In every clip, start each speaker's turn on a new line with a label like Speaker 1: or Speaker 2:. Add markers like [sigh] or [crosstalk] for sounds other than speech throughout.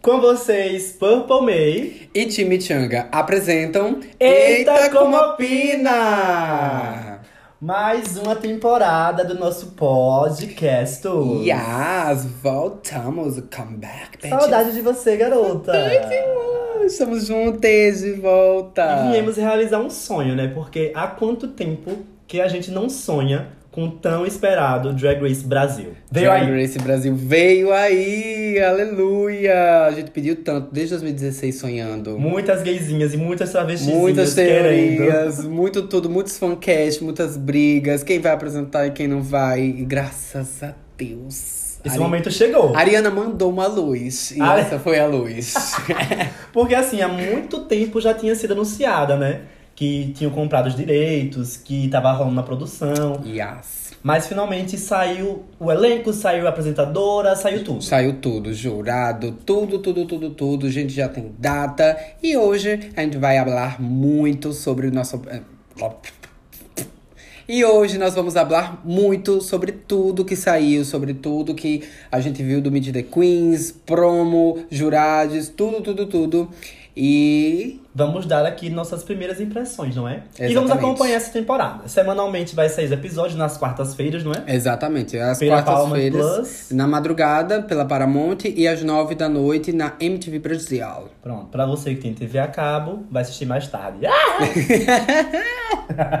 Speaker 1: Com vocês, Purple May.
Speaker 2: E Timmy Changa apresentam
Speaker 1: Eita, como opina! Mais uma temporada do nosso podcast.
Speaker 2: Yes, voltamos, come back, bitches. Ah,
Speaker 1: Saudade de você, garota.
Speaker 2: Estamos juntos de volta.
Speaker 1: E viemos realizar um sonho, né? Porque há quanto tempo que a gente não sonha com o tão esperado Drag Race Brasil? Veio
Speaker 2: Drag
Speaker 1: aí.
Speaker 2: Race Brasil veio aí, aleluia. A gente pediu tanto, desde 2016 sonhando.
Speaker 1: Muitas gaysinhas e muitas travestizinhas
Speaker 2: Muitas
Speaker 1: querendo.
Speaker 2: teorias, muito tudo, muitos fancasts, muitas brigas, quem vai apresentar e quem não vai. E graças a Deus.
Speaker 1: Esse
Speaker 2: Ari-
Speaker 1: momento chegou.
Speaker 2: Ariana mandou uma luz. E
Speaker 1: Ari-
Speaker 2: essa foi a luz.
Speaker 1: Porque assim, há muito tempo já tinha sido anunciada, né? Que tinham comprado os direitos, que tava rolando na produção.
Speaker 2: yes.
Speaker 1: Mas finalmente saiu o elenco, saiu a apresentadora, saiu tudo.
Speaker 2: Saiu tudo, jurado, tudo, tudo, tudo, tudo. A gente já tem data. E hoje a gente vai falar muito sobre o nosso. eh, E hoje nós vamos falar muito sobre tudo que saiu, sobre tudo que a gente viu do Meet the Queens, promo, jurades, tudo, tudo, tudo. E
Speaker 1: Vamos dar aqui nossas primeiras impressões, não é? E vamos
Speaker 2: Exatamente.
Speaker 1: acompanhar essa temporada. Semanalmente vai sair os episódios nas quartas-feiras, não é?
Speaker 2: Exatamente, às
Speaker 1: Pela Paramount Plus.
Speaker 2: quartas-feiras, na madrugada, pela Paramount, e às nove da noite na MTV
Speaker 1: [laughs]
Speaker 2: Brasil.
Speaker 1: Pronto, pra você que tem TV a cabo, vai assistir mais tarde. Ah!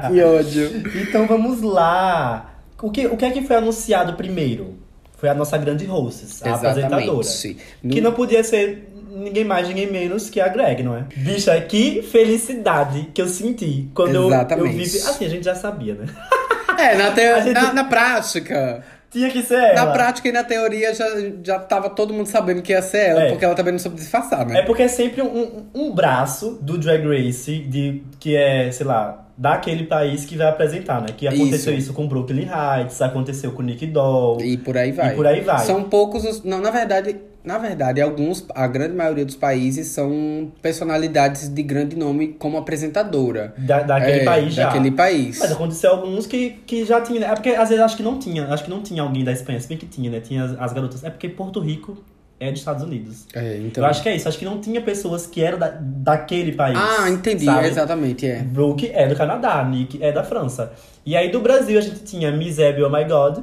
Speaker 2: Que ódio.
Speaker 1: Então vamos lá! O que, o que é que foi anunciado primeiro? Foi a nossa grande hostess, a apresentadora.
Speaker 2: Exatamente. No-
Speaker 1: Que não podia ser ninguém mais, ninguém menos que a Greg, não é? Bicha, que felicidade que eu senti quando eu- eu
Speaker 2: Exatamente.
Speaker 1: vi. Assim, a gente já sabia, né?
Speaker 2: [laughs] É, na, teo-
Speaker 1: A gente- É,
Speaker 2: na, na prática.
Speaker 1: Tinha que ser ela.
Speaker 2: Na prática e na teoria já, já tava todo mundo sabendo que ia ser ela,
Speaker 1: É.
Speaker 2: porque ela também não soube disfarçar, né?
Speaker 1: É porque é sempre um, um- um braço do Drag Race, de, que é, sei lá, daquele país que vai apresentar, né? Que aconteceu isso, com Brooklyn Heights, aconteceu com Nick Doll.
Speaker 2: E por aí vai.
Speaker 1: E por aí vai.
Speaker 2: São poucos os. Não, na verdade, na verdade, alguns, a grande maioria dos países são personalidades de grande nome como apresentadora.
Speaker 1: Da, daquele
Speaker 2: É,
Speaker 1: país já.
Speaker 2: Daquele país.
Speaker 1: Mas aconteceu alguns que, que já tinha, né? É porque às vezes acho que não tinha, acho que não tinha alguém da Espanha, se bem que tinha, né? Tinha as, as garotas. É porque Porto Rico é dos Estados Unidos.
Speaker 2: É, então.
Speaker 1: Eu acho que é isso, acho que não tinha pessoas que eram da, daquele país.
Speaker 2: Ah, entendi,
Speaker 1: sabe? [laughs]
Speaker 2: exatamente, é.
Speaker 1: Brooke é do Canadá, Nick é da França. E aí do Brasil a gente tinha Miss Abby, Oh My God,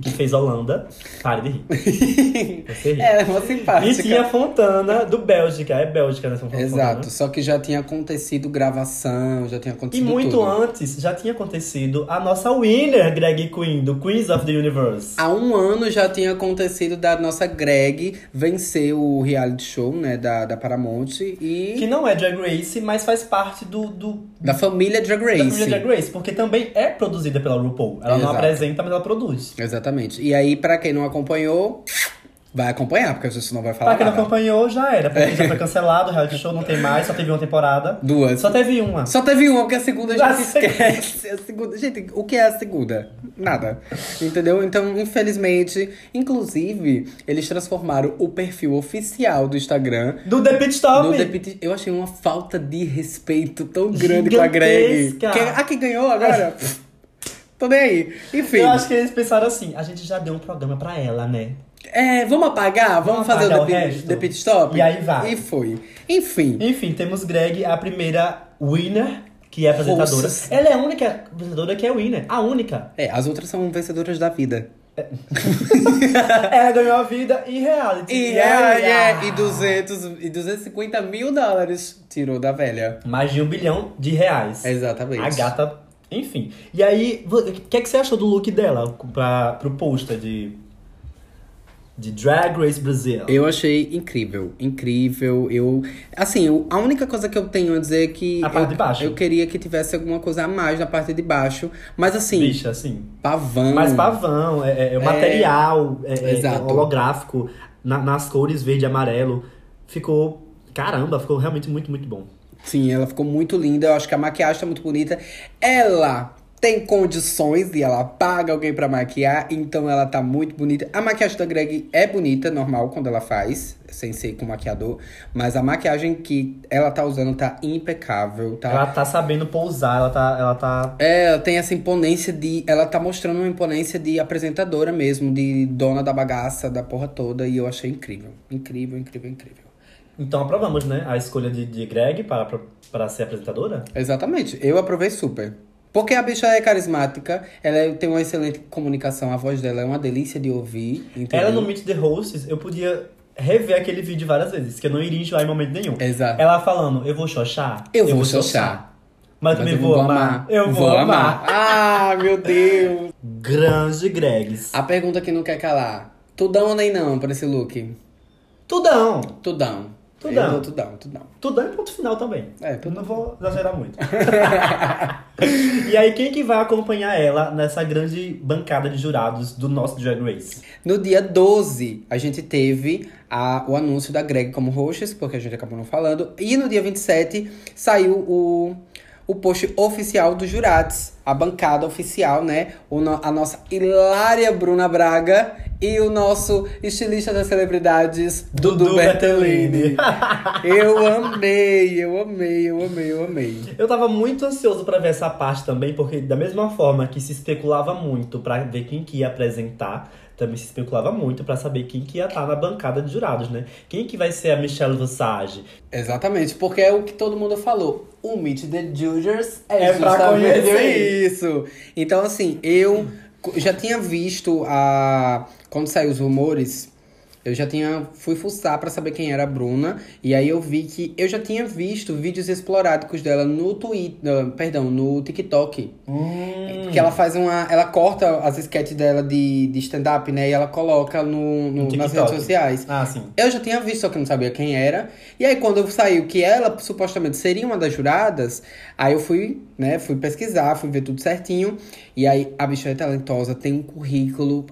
Speaker 1: que fez Holanda. Pare de rir. Você ri.
Speaker 2: É, uma simpática.
Speaker 1: e tinha Fontana do Bélgica, é Bélgica, né? São Fontana.
Speaker 2: Exato, só que já tinha acontecido gravação, já tinha
Speaker 1: E
Speaker 2: acontecido
Speaker 1: muito
Speaker 2: tudo. né?
Speaker 1: antes já tinha acontecido a nossa winner Greg Queen, do Queens of the Universe.
Speaker 2: Há um ano já tinha acontecido da nossa Greg vencer o reality show, né, da, da Paramount e
Speaker 1: Que não é Drag Race, mas faz parte do, do
Speaker 2: da família Drag
Speaker 1: da família
Speaker 2: Race.
Speaker 1: Drag Race, porque também é produzida pela RuPaul. Ela não
Speaker 2: Exato.
Speaker 1: apresenta, mas ela produz.
Speaker 2: Exatamente. E aí, pra quem não acompanhou, vai acompanhar, porque a gente não vai falar
Speaker 1: Pra quem não
Speaker 2: nada.
Speaker 1: acompanhou, já era, porque
Speaker 2: É.
Speaker 1: já foi cancelado, o reality show não tem mais, só teve uma temporada.
Speaker 2: Duas.
Speaker 1: Só teve uma.
Speaker 2: Só teve uma, porque a segunda a
Speaker 1: A
Speaker 2: gente
Speaker 1: segunda.
Speaker 2: esquece. A segunda... Gente, o que é a segunda? Nada. Entendeu? Então, infelizmente, inclusive, eles transformaram o perfil oficial do Instagram
Speaker 1: Do The Pit Stop.
Speaker 2: No The Pit- eu achei uma falta de respeito tão grande com a Greg.
Speaker 1: Gigantesca.
Speaker 2: Quem, ah, quem
Speaker 1: [laughs]
Speaker 2: ganhou agora? Tô nem aí. Enfim.
Speaker 1: Eu acho que eles pensaram assim, a gente já deu um programa pra ela, né?
Speaker 2: É, vamos apagar?
Speaker 1: Vamos
Speaker 2: Vamos, fazer
Speaker 1: apagar
Speaker 2: o,
Speaker 1: o
Speaker 2: The, Pit-
Speaker 1: resto?
Speaker 2: The Pit Stop?
Speaker 1: E aí vai.
Speaker 2: E foi. Enfim.
Speaker 1: Enfim, temos Greg, a primeira winner, que é apresentadora.
Speaker 2: Hostess.
Speaker 1: Ela é a única apresentadora que é winner, a única.
Speaker 2: É, as outras são vencedoras da vida.
Speaker 1: ela ganhou a vida e ah. reality.
Speaker 2: E,
Speaker 1: Yeah,
Speaker 2: é,
Speaker 1: yeah.
Speaker 2: é, e, 200, e 250 mil dólares tirou da velha.
Speaker 1: Mais de um bilhão de reais.
Speaker 2: Exatamente.
Speaker 1: A gata, enfim. E aí, vo- o que, é que você achou do look dela pra, pro poster de, de Drag Race Brasil?
Speaker 2: Eu achei incrível, incrível. Eu, assim, eu- a única coisa que eu tenho a dizer é que
Speaker 1: A parte
Speaker 2: eu,
Speaker 1: de baixo.
Speaker 2: eu queria que tivesse alguma coisa a mais na parte de baixo, mas assim,
Speaker 1: Bicha, assim.
Speaker 2: pavão.
Speaker 1: Mas pavão, é, é- é o material é, é-
Speaker 2: Hum. Exato.
Speaker 1: holográfico, na- nas cores verde e amarelo. Ficou. Caramba, ficou realmente muito, muito bom.
Speaker 2: Sim, ela ficou muito linda. Eu acho que a maquiagem tá muito bonita. Ela tem condições e ela paga alguém pra maquiar, então ela tá muito bonita. A maquiagem da Greg é bonita, normal quando ela faz, sem ser com maquiador, mas a maquiagem que ela tá usando tá impecável, tá
Speaker 1: Ela tá sabendo pousar, ela tá. Ela tá
Speaker 2: É, ela tem essa imponência de. Ela tá mostrando uma imponência de apresentadora mesmo, de dona da bagaça, da porra toda, e eu achei incrível. Incrível, incrível, incrível.
Speaker 1: Então aprovamos, né? A escolha de, de Greg para, para, para ser apresentadora?
Speaker 2: Exatamente. Eu aprovei super. Porque a bicha é carismática, ela é- tem uma excelente comunicação, a voz dela é uma delícia de ouvir. Entendeu?
Speaker 1: Ela no Meet the Hosts, eu podia rever aquele vídeo várias vezes, que eu não iria enjoar em momento nenhum.
Speaker 2: Exato.
Speaker 1: Ela É falando, eu vou xoxar.
Speaker 2: Eu vou xoxar.
Speaker 1: Mas também vou, amar. Eu vou, amar.
Speaker 2: Ah, meu Deus.
Speaker 1: Grande Gregs.
Speaker 2: A pergunta que não quer calar. Tudão ou nem não pra esse look?
Speaker 1: Tudão.
Speaker 2: Tudão.
Speaker 1: Tudão.
Speaker 2: Eu vou tudão, tudão.
Speaker 1: Tudão é ponto final também.
Speaker 2: É,
Speaker 1: Eu
Speaker 2: tudão.
Speaker 1: não vou exagerar muito. [laughs] e aí, quem que vai acompanhar ela nessa grande bancada de jurados do nosso Drag Race?
Speaker 2: No dia 12, a gente teve a- o anúncio da Greg como hosts, porque a gente acabou não falando. E no dia 27, saiu o, o post oficial dos jurados. A bancada oficial, né? O no- a nossa hilária Bruna Braga e o nosso estilista das celebridades, Dudu, Bertolini. eu amei, eu amei, eu amei, eu amei.
Speaker 1: Eu tava muito ansioso pra ver essa parte também, porque da mesma forma que se especulava muito pra ver quem que ia apresentar, também se especulava muito pra saber quem que ia estar na bancada de jurados, né? Quem que vai ser a Michelle Visage?
Speaker 2: Exatamente, porque é o que todo mundo falou. O Meet the Judgers é,
Speaker 1: É pra
Speaker 2: justamente
Speaker 1: conhecer.
Speaker 2: isso. Então, assim, eu co- já tinha visto a. Quando saiu os rumores, eu já tinha. Fui fuçar pra saber quem era a Bruna. E aí eu vi que. Eu já tinha visto vídeos esporádicos dela no Twitter. Perdão, no TikTok.
Speaker 1: Hum,
Speaker 2: Que ela faz uma. Ela corta as sketches dela de, de stand-up, né? E ela coloca no, no- nas
Speaker 1: TikTok.
Speaker 2: redes sociais.
Speaker 1: Ah, sim.
Speaker 2: Eu já tinha visto, só que eu não sabia quem era. E aí, quando saiu que ela supostamente seria uma das juradas, aí eu fui, né, fui pesquisar, fui ver tudo certinho. E aí, a bicha é talentosa, tem um currículo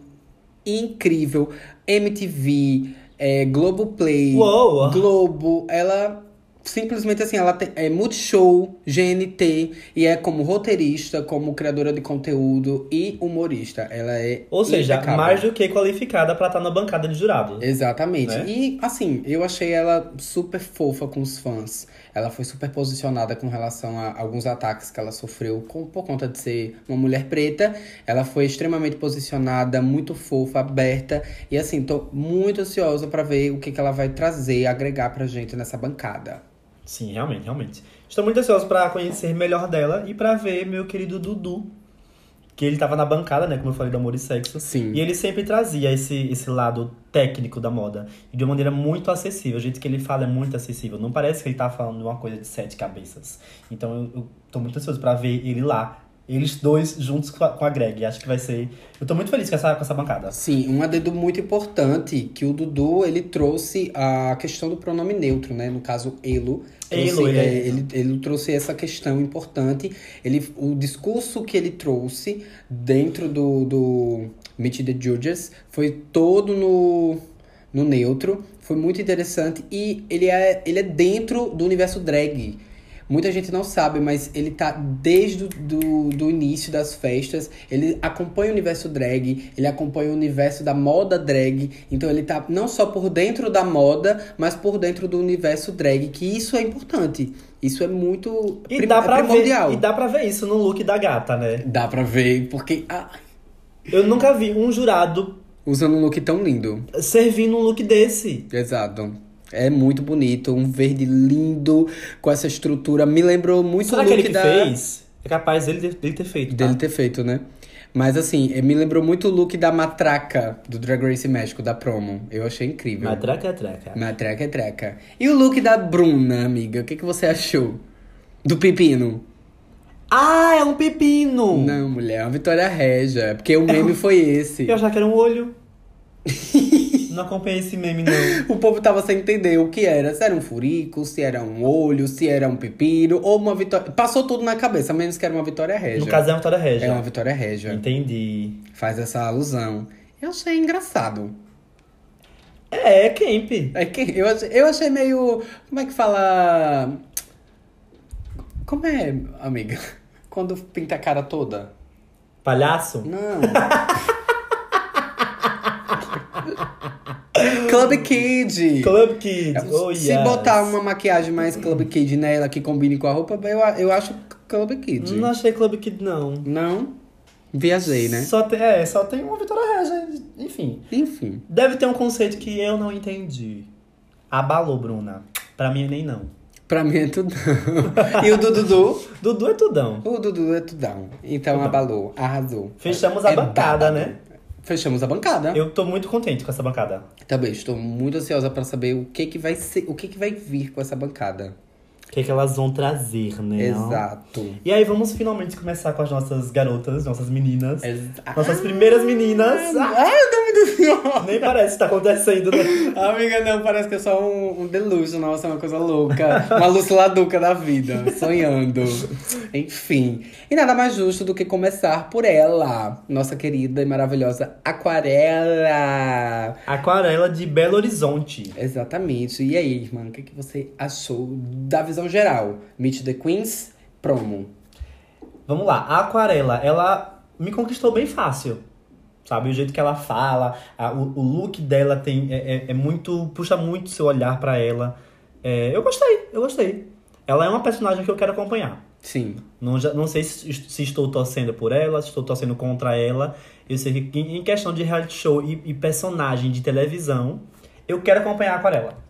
Speaker 2: incrível. MTV, é, Globoplay,
Speaker 1: Uou!
Speaker 2: Globo, ela. Simplesmente assim, ela tem, é Multishow, GNT, e é como roteirista, como criadora de conteúdo e humorista. Ela é.
Speaker 1: Ou seja,
Speaker 2: impecável.
Speaker 1: mais do que qualificada pra estar na bancada de jurado.
Speaker 2: Exatamente.
Speaker 1: Né?
Speaker 2: E assim, eu achei ela super fofa com os fãs. Ela foi super posicionada com relação a alguns ataques que ela sofreu com- por conta de ser uma mulher preta. Ela foi extremamente posicionada, muito fofa, aberta. E assim, tô muito ansiosa pra ver o que, que ela vai trazer, agregar pra gente nessa bancada.
Speaker 1: Sim, realmente, realmente. Estou muito ansioso pra conhecer melhor dela e pra ver meu querido Dudu. Que ele tava na bancada, né? Como eu falei, do Amor e Sexo.
Speaker 2: Sim.
Speaker 1: E ele sempre trazia esse, esse lado técnico da moda. E de uma maneira muito acessível. O jeito que ele fala é muito acessível. Não parece que ele tá falando de uma coisa de sete cabeças. Então eu, eu tô muito ansioso pra ver ele lá. Eles dois juntos com a, com a Greg. Acho que vai ser. Eu tô muito feliz com essa, com essa bancada.
Speaker 2: Sim, um adendo muito importante que o Dudu ele trouxe a questão do pronome neutro, né? No caso, elo. Trouxe,
Speaker 1: Elo, ele é-
Speaker 2: é, ele, ele trouxe essa questão importante. Ele, o discurso que ele trouxe dentro do, do Meet the Judges foi todo no, no neutro. Foi muito interessante e ele é, ele é dentro do universo drag. Muita gente não sabe, mas ele tá desde o do, do início das festas. Ele acompanha o universo drag, ele acompanha o universo da moda drag. Então ele tá não só por dentro da moda, mas por dentro do universo drag, que isso é importante. Isso é muito
Speaker 1: E
Speaker 2: prim-
Speaker 1: dá
Speaker 2: é
Speaker 1: pra
Speaker 2: primordial.
Speaker 1: ver. E dá pra ver isso no look da gata, né?
Speaker 2: Dá pra ver, porque. ah,
Speaker 1: Eu nunca vi um jurado
Speaker 2: usando um look tão lindo.
Speaker 1: servindo um look desse.
Speaker 2: Exato. É muito bonito, um verde lindo, com essa estrutura. Me lembrou muito
Speaker 1: Será
Speaker 2: o
Speaker 1: que
Speaker 2: look
Speaker 1: ele que
Speaker 2: da.
Speaker 1: fez? É capaz dele, dele ter feito. tá?
Speaker 2: Dele ter feito, né? Mas assim, eh, me lembrou muito o look da matraca do Drag Race México, da promo. Eu achei incrível.
Speaker 1: Matraca, traca.
Speaker 2: Matraca é treca. E o look da Bruna, amiga? O que, que você achou? Do pepino?
Speaker 1: Ah, é um pepino!
Speaker 2: Não, mulher, é uma vitória régia. Porque o
Speaker 1: [laughs]
Speaker 2: meme foi esse.
Speaker 1: Eu já quero um
Speaker 2: [laughs]
Speaker 1: olho. não acompanhei esse meme, não.
Speaker 2: O povo tava sem entender o que era. Se era um furico, se era um olho, se era um pepino, ou uma vitória. Passou tudo na cabeça, menos que era uma vitória régia.
Speaker 1: No caso é uma vitória régia.
Speaker 2: é uma vitória régia.
Speaker 1: Entendi.
Speaker 2: Faz essa alusão. Eu achei engraçado.
Speaker 1: É, é camp.
Speaker 2: É que eu, ach- eu achei meio. Como é que fala. Como é, amiga? [laughs] Quando pinta a cara toda?
Speaker 1: Palhaço? [laughs]
Speaker 2: Não. Club Kid.
Speaker 1: Club Kids. Oh,
Speaker 2: É, Se
Speaker 1: yes.
Speaker 2: botar uma maquiagem mais Club Kid nela que combine com a roupa, eu, a- eu acho Club Kid.
Speaker 1: Não achei Club Kid, não.
Speaker 2: Não? Viajei, né?
Speaker 1: Só tem, é, só tem uma vitória régia. Enfim.
Speaker 2: Enfim.
Speaker 1: Deve ter um conceito que eu não entendi. Abalou, Bruna. Pra mim, nem não.
Speaker 2: Pra mim é tudão. [laughs] e o do Dudu?
Speaker 1: Dudu é tudão.
Speaker 2: O Dudu é tudão. Então abalou, arrasou.
Speaker 1: Fechamos a
Speaker 2: É
Speaker 1: bancada,
Speaker 2: babado.
Speaker 1: né?
Speaker 2: Fechamos a bancada.
Speaker 1: Eu tô muito contente com essa bancada.
Speaker 2: Também estou muito ansiosa pra saber o que que vai ser, o que que vai vir com essa bancada.
Speaker 1: O que, é que elas vão trazer, né?
Speaker 2: Exato.
Speaker 1: E aí, vamos finalmente começar com as nossas garotas, nossas meninas.
Speaker 2: Exato.
Speaker 1: Nossas primeiras meninas. Ah,
Speaker 2: Ai, É, o nome do senhor!
Speaker 1: nem parece que tá acontecendo, né?
Speaker 2: Ah, Amiga, não, parece que é só um, um delúgio, nossa, uma coisa louca. Uma luceladuca da vida, sonhando. Enfim. E nada mais justo do que começar por ela, nossa querida e maravilhosa Aquarela.
Speaker 1: Aquarela de Belo Horizonte.
Speaker 2: Exatamente. E aí, irmã, o que, que você achou da visão geral? Meet the Queens, promo.
Speaker 1: Vamos lá, a Aquarela, ela me conquistou bem fácil. Sabe, o jeito que ela fala, a- o, o look dela tem é, é- é muito. puxa muito seu olhar pra ela. É, eu gostei, eu gostei. Ela é uma personagem que eu quero acompanhar.
Speaker 2: Sim.
Speaker 1: Não, já, não sei se, se estou torcendo por ela, se estou torcendo contra ela. Eu sei que em em questão de reality show e, e personagem de televisão, eu quero acompanhar a Aquarela.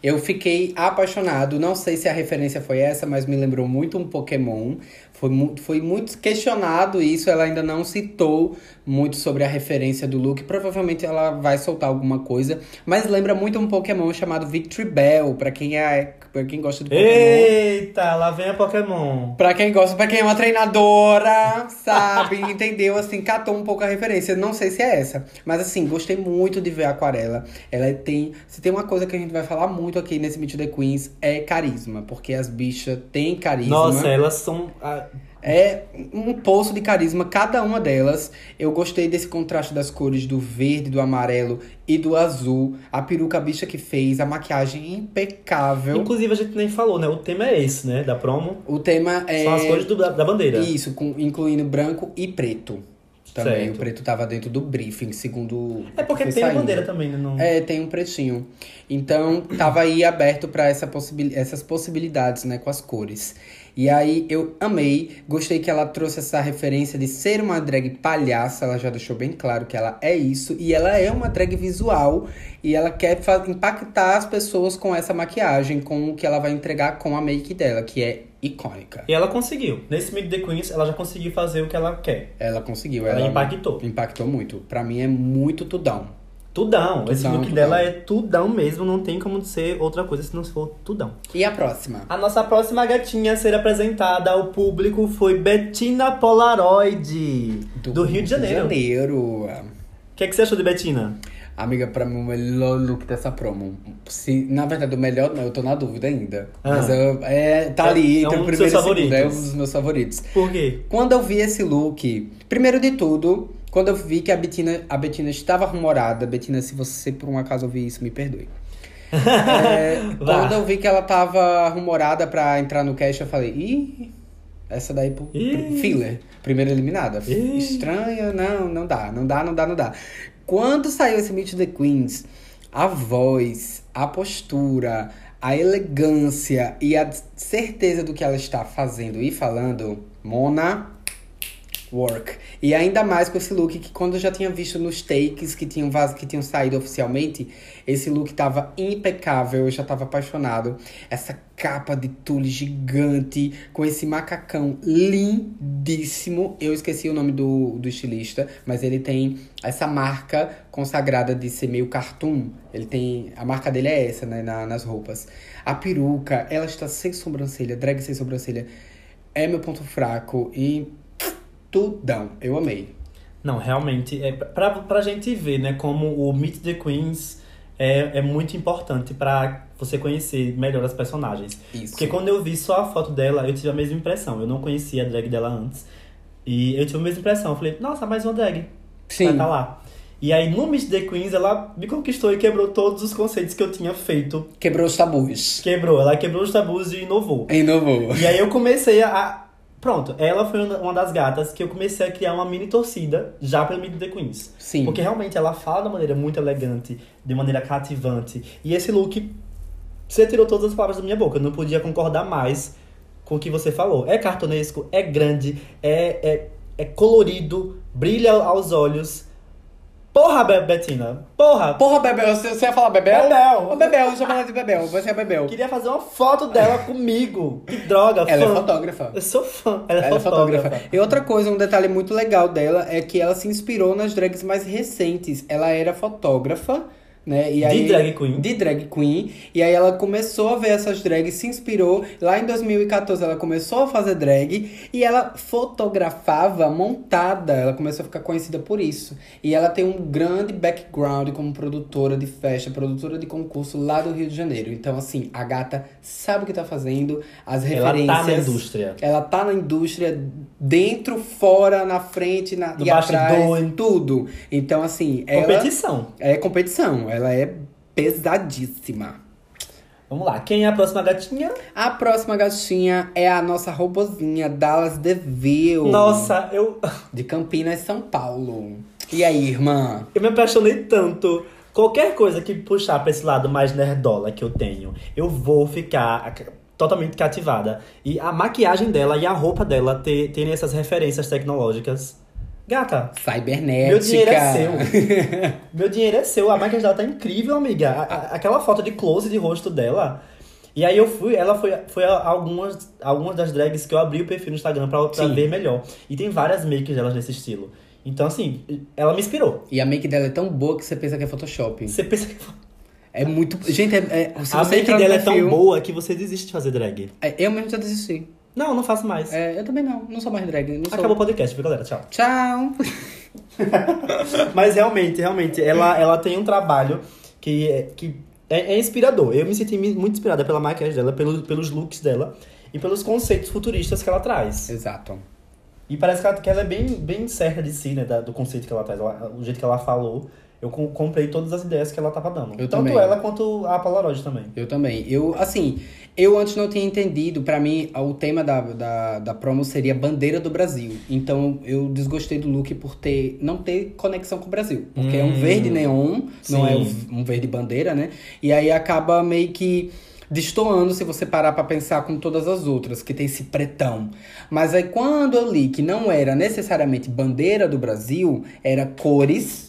Speaker 2: Eu fiquei apaixonado, não sei se a referência foi essa, mas me lembrou muito um Pokémon. Foi, mu- foi muito questionado isso, ela ainda não citou muito sobre a referência do look. Provavelmente ela vai soltar alguma coisa, mas lembra muito um Pokémon chamado Victory Bell, pra quem é, para quem gosta de Pokémon.
Speaker 1: Eita, lá vem a Pokémon.
Speaker 2: Pra quem gosta, pra quem é uma treinadora, sabe? [laughs] Entendeu? Assim, catou um pouco a referência. Não sei se é essa. Mas assim, gostei muito de ver a Aquarela. Ela tem. Se tem uma coisa que a gente vai falar muito aqui nesse Meet the Queens, é carisma. Porque as bichas têm carisma.
Speaker 1: Nossa, elas são. ah,
Speaker 2: É um poço de carisma, cada uma delas. Eu gostei desse contraste das cores do verde, do amarelo e do azul. A peruca bicha que fez, a maquiagem impecável.
Speaker 1: Inclusive, a gente nem falou, né? O tema é esse, né? Da promo.
Speaker 2: O tema é.
Speaker 1: São as cores do- da, da bandeira.
Speaker 2: Isso, com- incluindo branco e preto. Também
Speaker 1: Certo.
Speaker 2: o preto tava dentro do briefing, segundo.
Speaker 1: É porque
Speaker 2: foi
Speaker 1: tem a
Speaker 2: saindo.
Speaker 1: bandeira também, né? Não...
Speaker 2: É, tem um pretinho. Então, tava aí aberto pra essa possibil- essas possibilidades, né, com as cores. E aí, eu amei. Gostei que ela trouxe essa referência de ser uma drag palhaça. Ela já deixou bem claro que ela é isso. E ela é uma drag visual. E ela quer fa- impactar as pessoas com essa maquiagem, com o que ela vai entregar com a make dela, que é icônica.
Speaker 1: E ela conseguiu. Nesse Meet the Queens, ela já conseguiu fazer o que ela quer.
Speaker 2: Ela conseguiu.
Speaker 1: Ela,
Speaker 2: Ela,
Speaker 1: impactou.
Speaker 2: Impactou muito. Pra mim é muito tudão.
Speaker 1: Tudão. Esse
Speaker 2: Tudão,
Speaker 1: look
Speaker 2: tudão.
Speaker 1: dela é tudão mesmo. Não tem como ser outra coisa se não for tudão.
Speaker 2: E a próxima?
Speaker 1: A nossa próxima gatinha a ser apresentada ao público foi Bettina Polaroid, do, Rio de Janeiro.
Speaker 2: Rio de Janeiro.
Speaker 1: O que, é que você achou de Bettina?
Speaker 2: Amiga, pra mim o melhor look dessa promo. Se, na verdade, o melhor não, eu tô na dúvida ainda.
Speaker 1: Ah.
Speaker 2: Mas eu- é, tá ali,
Speaker 1: É- é
Speaker 2: entre
Speaker 1: um dos
Speaker 2: o primeiro e
Speaker 1: seus
Speaker 2: o segundo. É um
Speaker 1: favoritos.
Speaker 2: dos meus favoritos.
Speaker 1: Por quê?
Speaker 2: Quando eu vi esse look, primeiro de tudo, quando eu vi que a Betina, a Betina estava rumorada, Betina, se você por um acaso ouvir isso,
Speaker 1: [laughs]
Speaker 2: me perdoe. É,
Speaker 1: Vá.
Speaker 2: quando eu vi que ela tava rumorada pra entrar no cast, eu falei, ih, essa daí é pro, pro-
Speaker 1: Ih.
Speaker 2: filler, primeira eliminada.
Speaker 1: Ih.
Speaker 2: Estranho, não, não dá, não dá, não dá, não dá. Quando saiu esse Meet the Queens, a voz, a postura, a elegância e a certeza do que ela está fazendo e falando, Mona, Work. E ainda mais com esse look que quando eu já tinha visto nos takes que tinham, vaz- que tinham saído oficialmente, esse look tava impecável, eu já tava apaixonado. Essa capa de tule gigante, com esse macacão lindíssimo. Eu esqueci o nome do, do estilista, mas ele tem essa marca consagrada de ser meio cartoon. Ele tem. A marca dele é essa, né? na- nas roupas. A peruca, ela está sem sobrancelha, drag sem sobrancelha. É meu ponto fraco e tudão. Eu amei.
Speaker 1: Não, realmente, é pra, pra gente ver, né, como o Meet the Queens é, é muito importante pra você conhecer melhor as personagens.
Speaker 2: Isso.
Speaker 1: Porque quando eu vi só a foto dela, eu tive a mesma impressão. Eu não conhecia a drag dela antes. E eu tive a mesma impressão. Eu falei, nossa, mais uma drag. Vai
Speaker 2: Sim.
Speaker 1: tá lá. E aí, no Meet the Queens, ela me conquistou e quebrou todos os conceitos que eu tinha feito.
Speaker 2: Quebrou os tabus.
Speaker 1: Quebrou, ela quebrou os tabus e inovou.
Speaker 2: Inovou.
Speaker 1: E aí eu comecei a. a- Pronto, ela foi uma uma das gatas que eu comecei a criar uma mini torcida já pelo Meet the Queens.
Speaker 2: Sim.
Speaker 1: Porque realmente ela fala de maneira muito elegante, de maneira cativante. E esse look, você tirou todas as palavras da minha boca. Eu não podia concordar mais com o que você falou. É cartonesco, é grande, é, é, é colorido, brilha aos olhos. Porra, Be- Betina. Porra.
Speaker 2: Porra, Bebel, você, você ia falar Bebel?
Speaker 1: Bebel.
Speaker 2: Ô, Bebel, chama ela de Bebel, você é Bebel.
Speaker 1: Eu Queria fazer uma foto dela comigo. Que droga,
Speaker 2: Ela é
Speaker 1: fã.
Speaker 2: fotógrafa.
Speaker 1: Eu sou fã. Ela,
Speaker 2: Ela é fotógrafa. E outra coisa, um detalhe muito legal dela é que ela se inspirou nas drags mais recentes. Ela era fotógrafa, né? E
Speaker 1: De
Speaker 2: aí,
Speaker 1: drag queen.
Speaker 2: De drag queen. E aí ela começou a ver essas drags, se inspirou. Lá em 2014 ela começou a fazer drag e ela fotografava montada. Ela começou a ficar conhecida por isso. E ela tem um grande background como produtora de festa, produtora de concurso lá do Rio de Janeiro. Então, assim, a gata sabe o que tá fazendo, as
Speaker 1: Ela
Speaker 2: referências.
Speaker 1: tá na indústria.
Speaker 2: Ela tá na indústria dentro, fora, na frente, na,
Speaker 1: No
Speaker 2: e atrás,
Speaker 1: bastidor.
Speaker 2: em tudo. Então, assim, ela
Speaker 1: Competição.
Speaker 2: é competição. Ela é pesadíssima.
Speaker 1: Vamos lá. Quem é a próxima gatinha?
Speaker 2: A próxima gatinha é a nossa robozinha, Dallas DeVille.
Speaker 1: Nossa, eu,
Speaker 2: De Campinas, São Paulo. E aí, irmã?
Speaker 1: eu me apaixonei tanto. Qualquer coisa que puxar pra esse lado mais nerdola que eu tenho, eu vou ficar ac- totalmente cativada. E a maquiagem dela e a roupa dela te- terem essas referências tecnológicas. Gata,
Speaker 2: Cybernética.
Speaker 1: Meu dinheiro é seu. Meu dinheiro é seu. A maquiagem dela tá incrível, amiga. A- a- aquela foto de close de rosto dela. E aí eu fui, ela foi, foi a- algumas, algumas das drags que eu abri o perfil no Instagram pra, pra
Speaker 2: Sim.
Speaker 1: ver melhor. E tem várias makes delas nesse estilo. Então, assim, ela me inspirou.
Speaker 2: [laughs] E a make dela é tão boa que você pensa que é Photoshop.
Speaker 1: Você pensa que
Speaker 2: É muito. Gente, é. é... se
Speaker 1: a
Speaker 2: você
Speaker 1: make
Speaker 2: entrar no
Speaker 1: dela é
Speaker 2: perfil-
Speaker 1: tão boa que você desiste de fazer drag.
Speaker 2: É, Eu mesmo já desisti.
Speaker 1: Não, não faço mais.
Speaker 2: É, eu também não. Não sou mais drag. Não sou...
Speaker 1: Acabou o podcast, viu, galera? Tchau.
Speaker 2: Tchau.
Speaker 1: Mas realmente, realmente, ela, ela tem um trabalho que, é- que é, é inspirador. Eu me senti mi- muito inspirada pela maquiagem dela, pelo, pelos looks dela e pelos conceitos futuristas que ela traz.
Speaker 2: Exato.
Speaker 1: E parece que ela, que ela é bem, bem certa de si, né, da- do conceito que ela traz. Ela- o jeito que ela falou, eu com- comprei todas as ideias que ela tava dando.
Speaker 2: Eu
Speaker 1: Tanto
Speaker 2: também.
Speaker 1: ela quanto a Polaroid também.
Speaker 2: Eu também. Eu, assim, eu antes não tinha entendido. Pra mim, o tema da, da, da promo seria bandeira do Brasil. Então, eu desgostei do look por ter não ter conexão com o Brasil. Porque é um
Speaker 1: Hum.
Speaker 2: verde neon, não é
Speaker 1: Sim.
Speaker 2: um, um verde bandeira, né? E aí acaba meio que destoando se você parar pra pensar com todas as outras, que tem esse pretão. Mas aí quando eu li que não era necessariamente bandeira do Brasil, era cores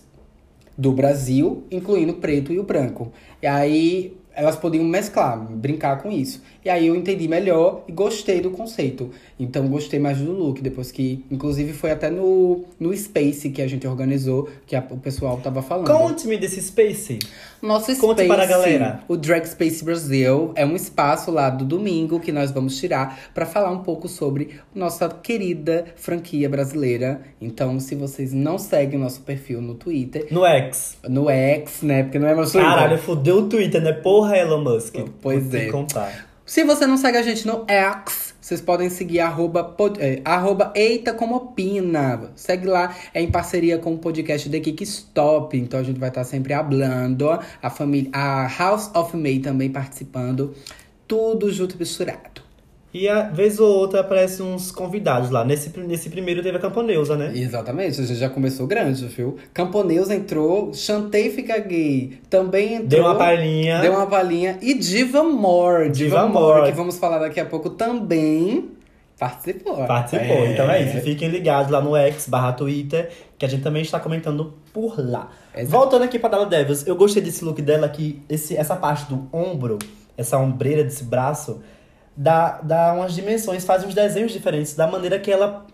Speaker 2: do Brasil, incluindo o preto e o branco. E aí elas podiam mesclar, brincar com isso. E aí eu entendi melhor e gostei do conceito. Então gostei mais do look, depois que, inclusive, foi até no, no Space que a gente organizou, que a- o pessoal tava falando.
Speaker 1: Conte-me desse Space.
Speaker 2: Nosso Space,
Speaker 1: Conte para a galera.
Speaker 2: o Drag Space Brasil, é um espaço lá do domingo que nós vamos tirar para falar um pouco sobre nossa querida franquia brasileira. Então, se vocês não seguem o nosso perfil no Twitter,
Speaker 1: No X.
Speaker 2: no X, né? Porque não é mais Twitter.
Speaker 1: Caralho, fudeu o Twitter, né? Porra, Elon Musk.
Speaker 2: Pois
Speaker 1: Vou te
Speaker 2: é.
Speaker 1: contar.
Speaker 2: Se você não segue a gente no X, vocês podem seguir arroba, pod- eh, arroba Eita Como Opina. Segue lá, é em parceria com o podcast The Kick Stop. Então a gente vai estar sempre hablando. A, família, a House of May também participando. Tudo junto e misturado.
Speaker 1: E a vez ou outra aparecem uns convidados lá. Nesse, nesse primeiro teve a Camponeusa, né?
Speaker 2: Exatamente, a gente já começou grande, viu? Camponeus entrou, Chantei Fica Gay também entrou.
Speaker 1: Deu uma palhinha.
Speaker 2: Deu uma palhinha. E Diva More.
Speaker 1: Diva More.
Speaker 2: que vamos falar daqui a pouco, também participou.
Speaker 1: Participou.
Speaker 2: É.
Speaker 1: Então é isso. Fiquem ligados lá no X barra Twitter, que a gente também está comentando por lá.
Speaker 2: Exato.
Speaker 1: Voltando aqui pra Dala Devils, eu gostei desse look dela, que esse, essa parte do ombro, essa ombreira desse braço, dá, dá umas dimensões, faz uns desenhos diferentes, da maneira que ela.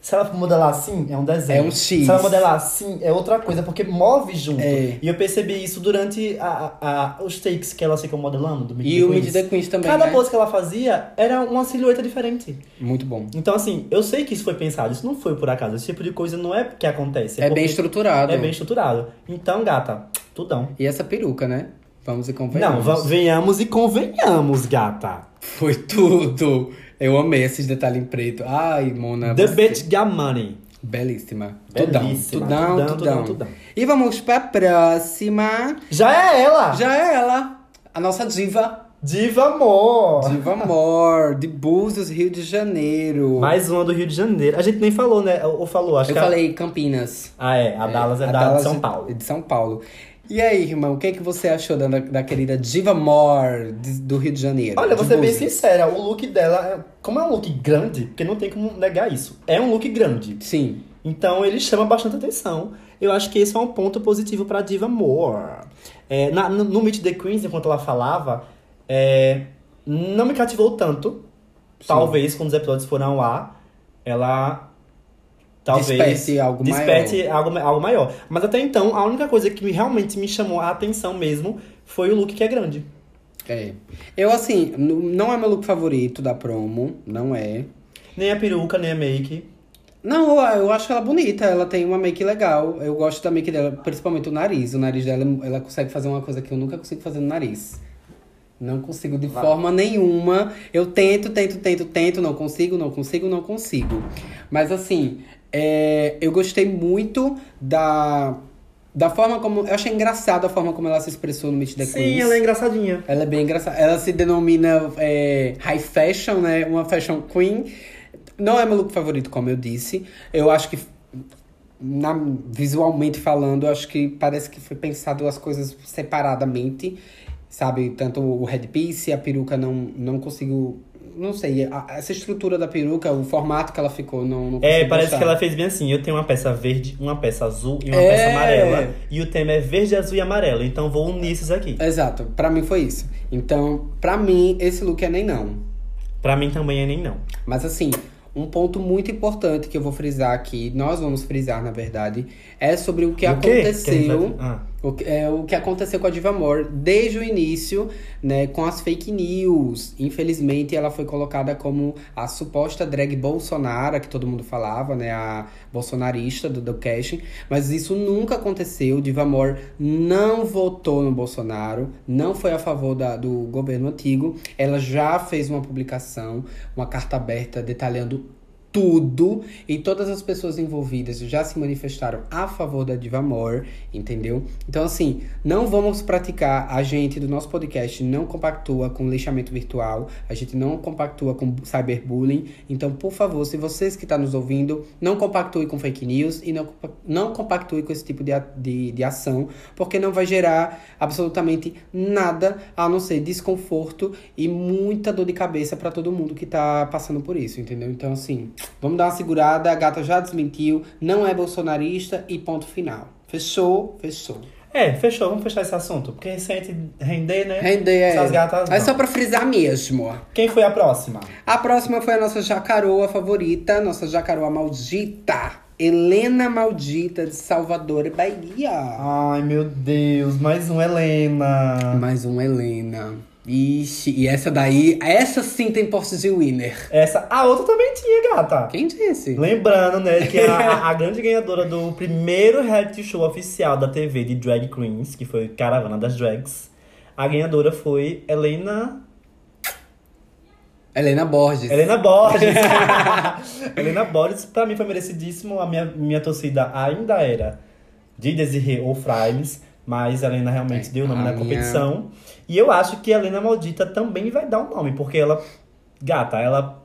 Speaker 1: Se ela modelar assim, é um desenho.
Speaker 2: É um X.
Speaker 1: Se ela modelar assim, é outra coisa, porque move junto.
Speaker 2: É.
Speaker 1: E eu percebi isso durante a, a- a- os takes que elas ficam modelando do Meet
Speaker 2: E
Speaker 1: the
Speaker 2: o Meet
Speaker 1: Queens.
Speaker 2: the Queens também,
Speaker 1: Cada
Speaker 2: né?
Speaker 1: pose que ela fazia era uma silhueta diferente.
Speaker 2: Muito bom.
Speaker 1: Então, assim, eu sei que isso foi pensado, isso não foi por acaso. Esse tipo de coisa não é que acontece.
Speaker 2: É, bem
Speaker 1: porque
Speaker 2: estruturado.
Speaker 1: É bem estruturado. Então, gata, tudão.
Speaker 2: E essa peruca, né? Vamos e
Speaker 1: Não,
Speaker 2: convenhamos.
Speaker 1: va- venhamos e convenhamos, gata.
Speaker 2: Foi tudo. Eu amei esses detalhes em preto. Ai, Mona.
Speaker 1: The
Speaker 2: você-
Speaker 1: bitch got money.
Speaker 2: Belíssima.
Speaker 1: Belíssima.
Speaker 2: Tudão, tudão,
Speaker 1: Tudão,
Speaker 2: tudão,
Speaker 1: tudão, tudão.
Speaker 2: E vamos pra próxima.
Speaker 1: Já é ela!
Speaker 2: Já é ela, a nossa diva.
Speaker 1: Diva Amor!
Speaker 2: Diva Amor, de Búzios, Rio de Janeiro.
Speaker 1: Mais uma do Rio de Janeiro. A gente nem falou, né? Ou ou falou, acho
Speaker 2: Eu
Speaker 1: que. a-
Speaker 2: falei Campinas.
Speaker 1: Ah, é. A Dallas é,
Speaker 2: A
Speaker 1: da
Speaker 2: Dallas
Speaker 1: São
Speaker 2: é-
Speaker 1: Paulo.
Speaker 2: é De São Paulo. E aí, irmão, o que, é que você achou da, da querida Diva More de- do Rio de Janeiro?
Speaker 1: Olha,
Speaker 2: De
Speaker 1: vou ser bem
Speaker 2: Búzios?
Speaker 1: sincera, o look dela, é- como é um look grande, porque não tem como negar isso. É um look grande.
Speaker 2: Sim,
Speaker 1: Então ele chama bastante atenção. Eu acho que esse é um ponto positivo pra Diva Moore. É, na, no, no Meet the Queens, enquanto ela falava, é, não me cativou tanto. Talvez quando os episódios foram ao ar, ela. Talvez.
Speaker 2: Desperte algo maior.
Speaker 1: desperte Algo, algo maior. Mas até então, a única coisa que me- realmente me chamou a atenção mesmo foi o look que é grande.
Speaker 2: É. Eu, assim, n- não é meu look favorito da promo, não é.
Speaker 1: Nem a peruca, nem a make.
Speaker 2: Não, eu, eu acho ela bonita, ela tem uma make legal. Eu gosto da make dela, principalmente o nariz. O nariz dela, ela consegue fazer uma coisa que eu nunca consigo fazer no nariz. Não consigo de forma nenhuma. Eu tento, tento, tento, tento, não consigo, não consigo, não consigo. Mas assim, é, eu gostei muito da, da forma como. Eu achei engraçada a forma como ela se expressou no Meet the Queens.
Speaker 1: Sim, ela é engraçadinha.
Speaker 2: Ela é bem engraçada. Ela se denomina é, high fashion, né? Uma fashion queen. Não é meu look favorito, como eu disse. Eu acho que, na- visualmente falando, eu acho que parece que foi pensado as coisas separadamente. Sabe? Tanto o headpiece, a peruca não, não consigo... Não sei, a- essa estrutura da peruca, o formato que ela ficou, não, não
Speaker 1: É,
Speaker 2: consigo
Speaker 1: parece
Speaker 2: gostar.
Speaker 1: que ela fez bem assim. Eu tenho uma peça verde, uma peça azul e uma
Speaker 2: É.
Speaker 1: peça amarela. E o tema é verde, azul e amarelo. Então vou unir esses aqui.
Speaker 2: Exato, pra mim foi isso. Então, pra mim, esse look é nem não.
Speaker 1: Pra mim também é nem não.
Speaker 2: Mas assim, um ponto muito importante que eu vou frisar aqui, nós vamos frisar na verdade, é sobre o que
Speaker 1: O quê? Que a gente
Speaker 2: aconteceu.
Speaker 1: vai- Ah.
Speaker 2: o, que- é, o que aconteceu com a Diva Moore desde o início, né, com as fake news. Infelizmente, ela foi colocada como a suposta drag Bolsonaro, que todo mundo falava, né, a bolsonarista do, do casting. Mas isso nunca aconteceu. Diva Moore não votou no Bolsonaro, não foi a favor da- do governo antigo. Ela já fez uma publicação, uma carta aberta detalhando tudo e todas as pessoas envolvidas já se manifestaram a favor da Diva Amor, entendeu? Então, assim, não vamos praticar. A gente do nosso podcast não compactua com lixamento virtual, a gente não compactua com cyberbullying. Então, por favor, se vocês que estão nos ouvindo, não compactue com fake news e não, compa- não compactue com esse tipo de, a- de, de ação, porque não vai gerar absolutamente nada a não ser desconforto e muita dor de cabeça pra todo mundo que tá passando por isso, entendeu? Então, assim, vamos dar uma segurada. A gata já desmentiu, não é bolsonarista e ponto final. Fechou, fechou.
Speaker 1: É, fechou. Vamos fechar esse assunto. Porque recente render, né?
Speaker 2: Render é.
Speaker 1: Essas gatas
Speaker 2: É
Speaker 1: não.
Speaker 2: só pra frisar mesmo.
Speaker 1: Quem foi a próxima?
Speaker 2: A próxima foi a nossa jacaroa favorita, nossa jacaroa maldita. Helena Maldita de Salvador, Bahia.
Speaker 1: Ai, meu Deus. Mais um Helena.
Speaker 2: Mais uma Helena. Ixi, e essa daí, essa sim tem porte de winner.
Speaker 1: Essa... A outra também tinha, gata.
Speaker 2: Quem disse?
Speaker 1: Lembrando, né, que a, a- a grande ganhadora do primeiro reality show oficial da TV de Drag Queens, que foi Caravana das Drags, a ganhadora foi Helena.
Speaker 2: Helena Borges.
Speaker 1: Helena Borges! [laughs] Helena Borges, pra mim, foi merecidíssimo. A minha, minha torcida ainda era de Desirê ou Frimes, mas Helena realmente
Speaker 2: É,
Speaker 1: deu o nome
Speaker 2: a
Speaker 1: na
Speaker 2: minha-
Speaker 1: competição. E eu acho que Helena Maldita também vai dar um nome, porque ela. Gata, ela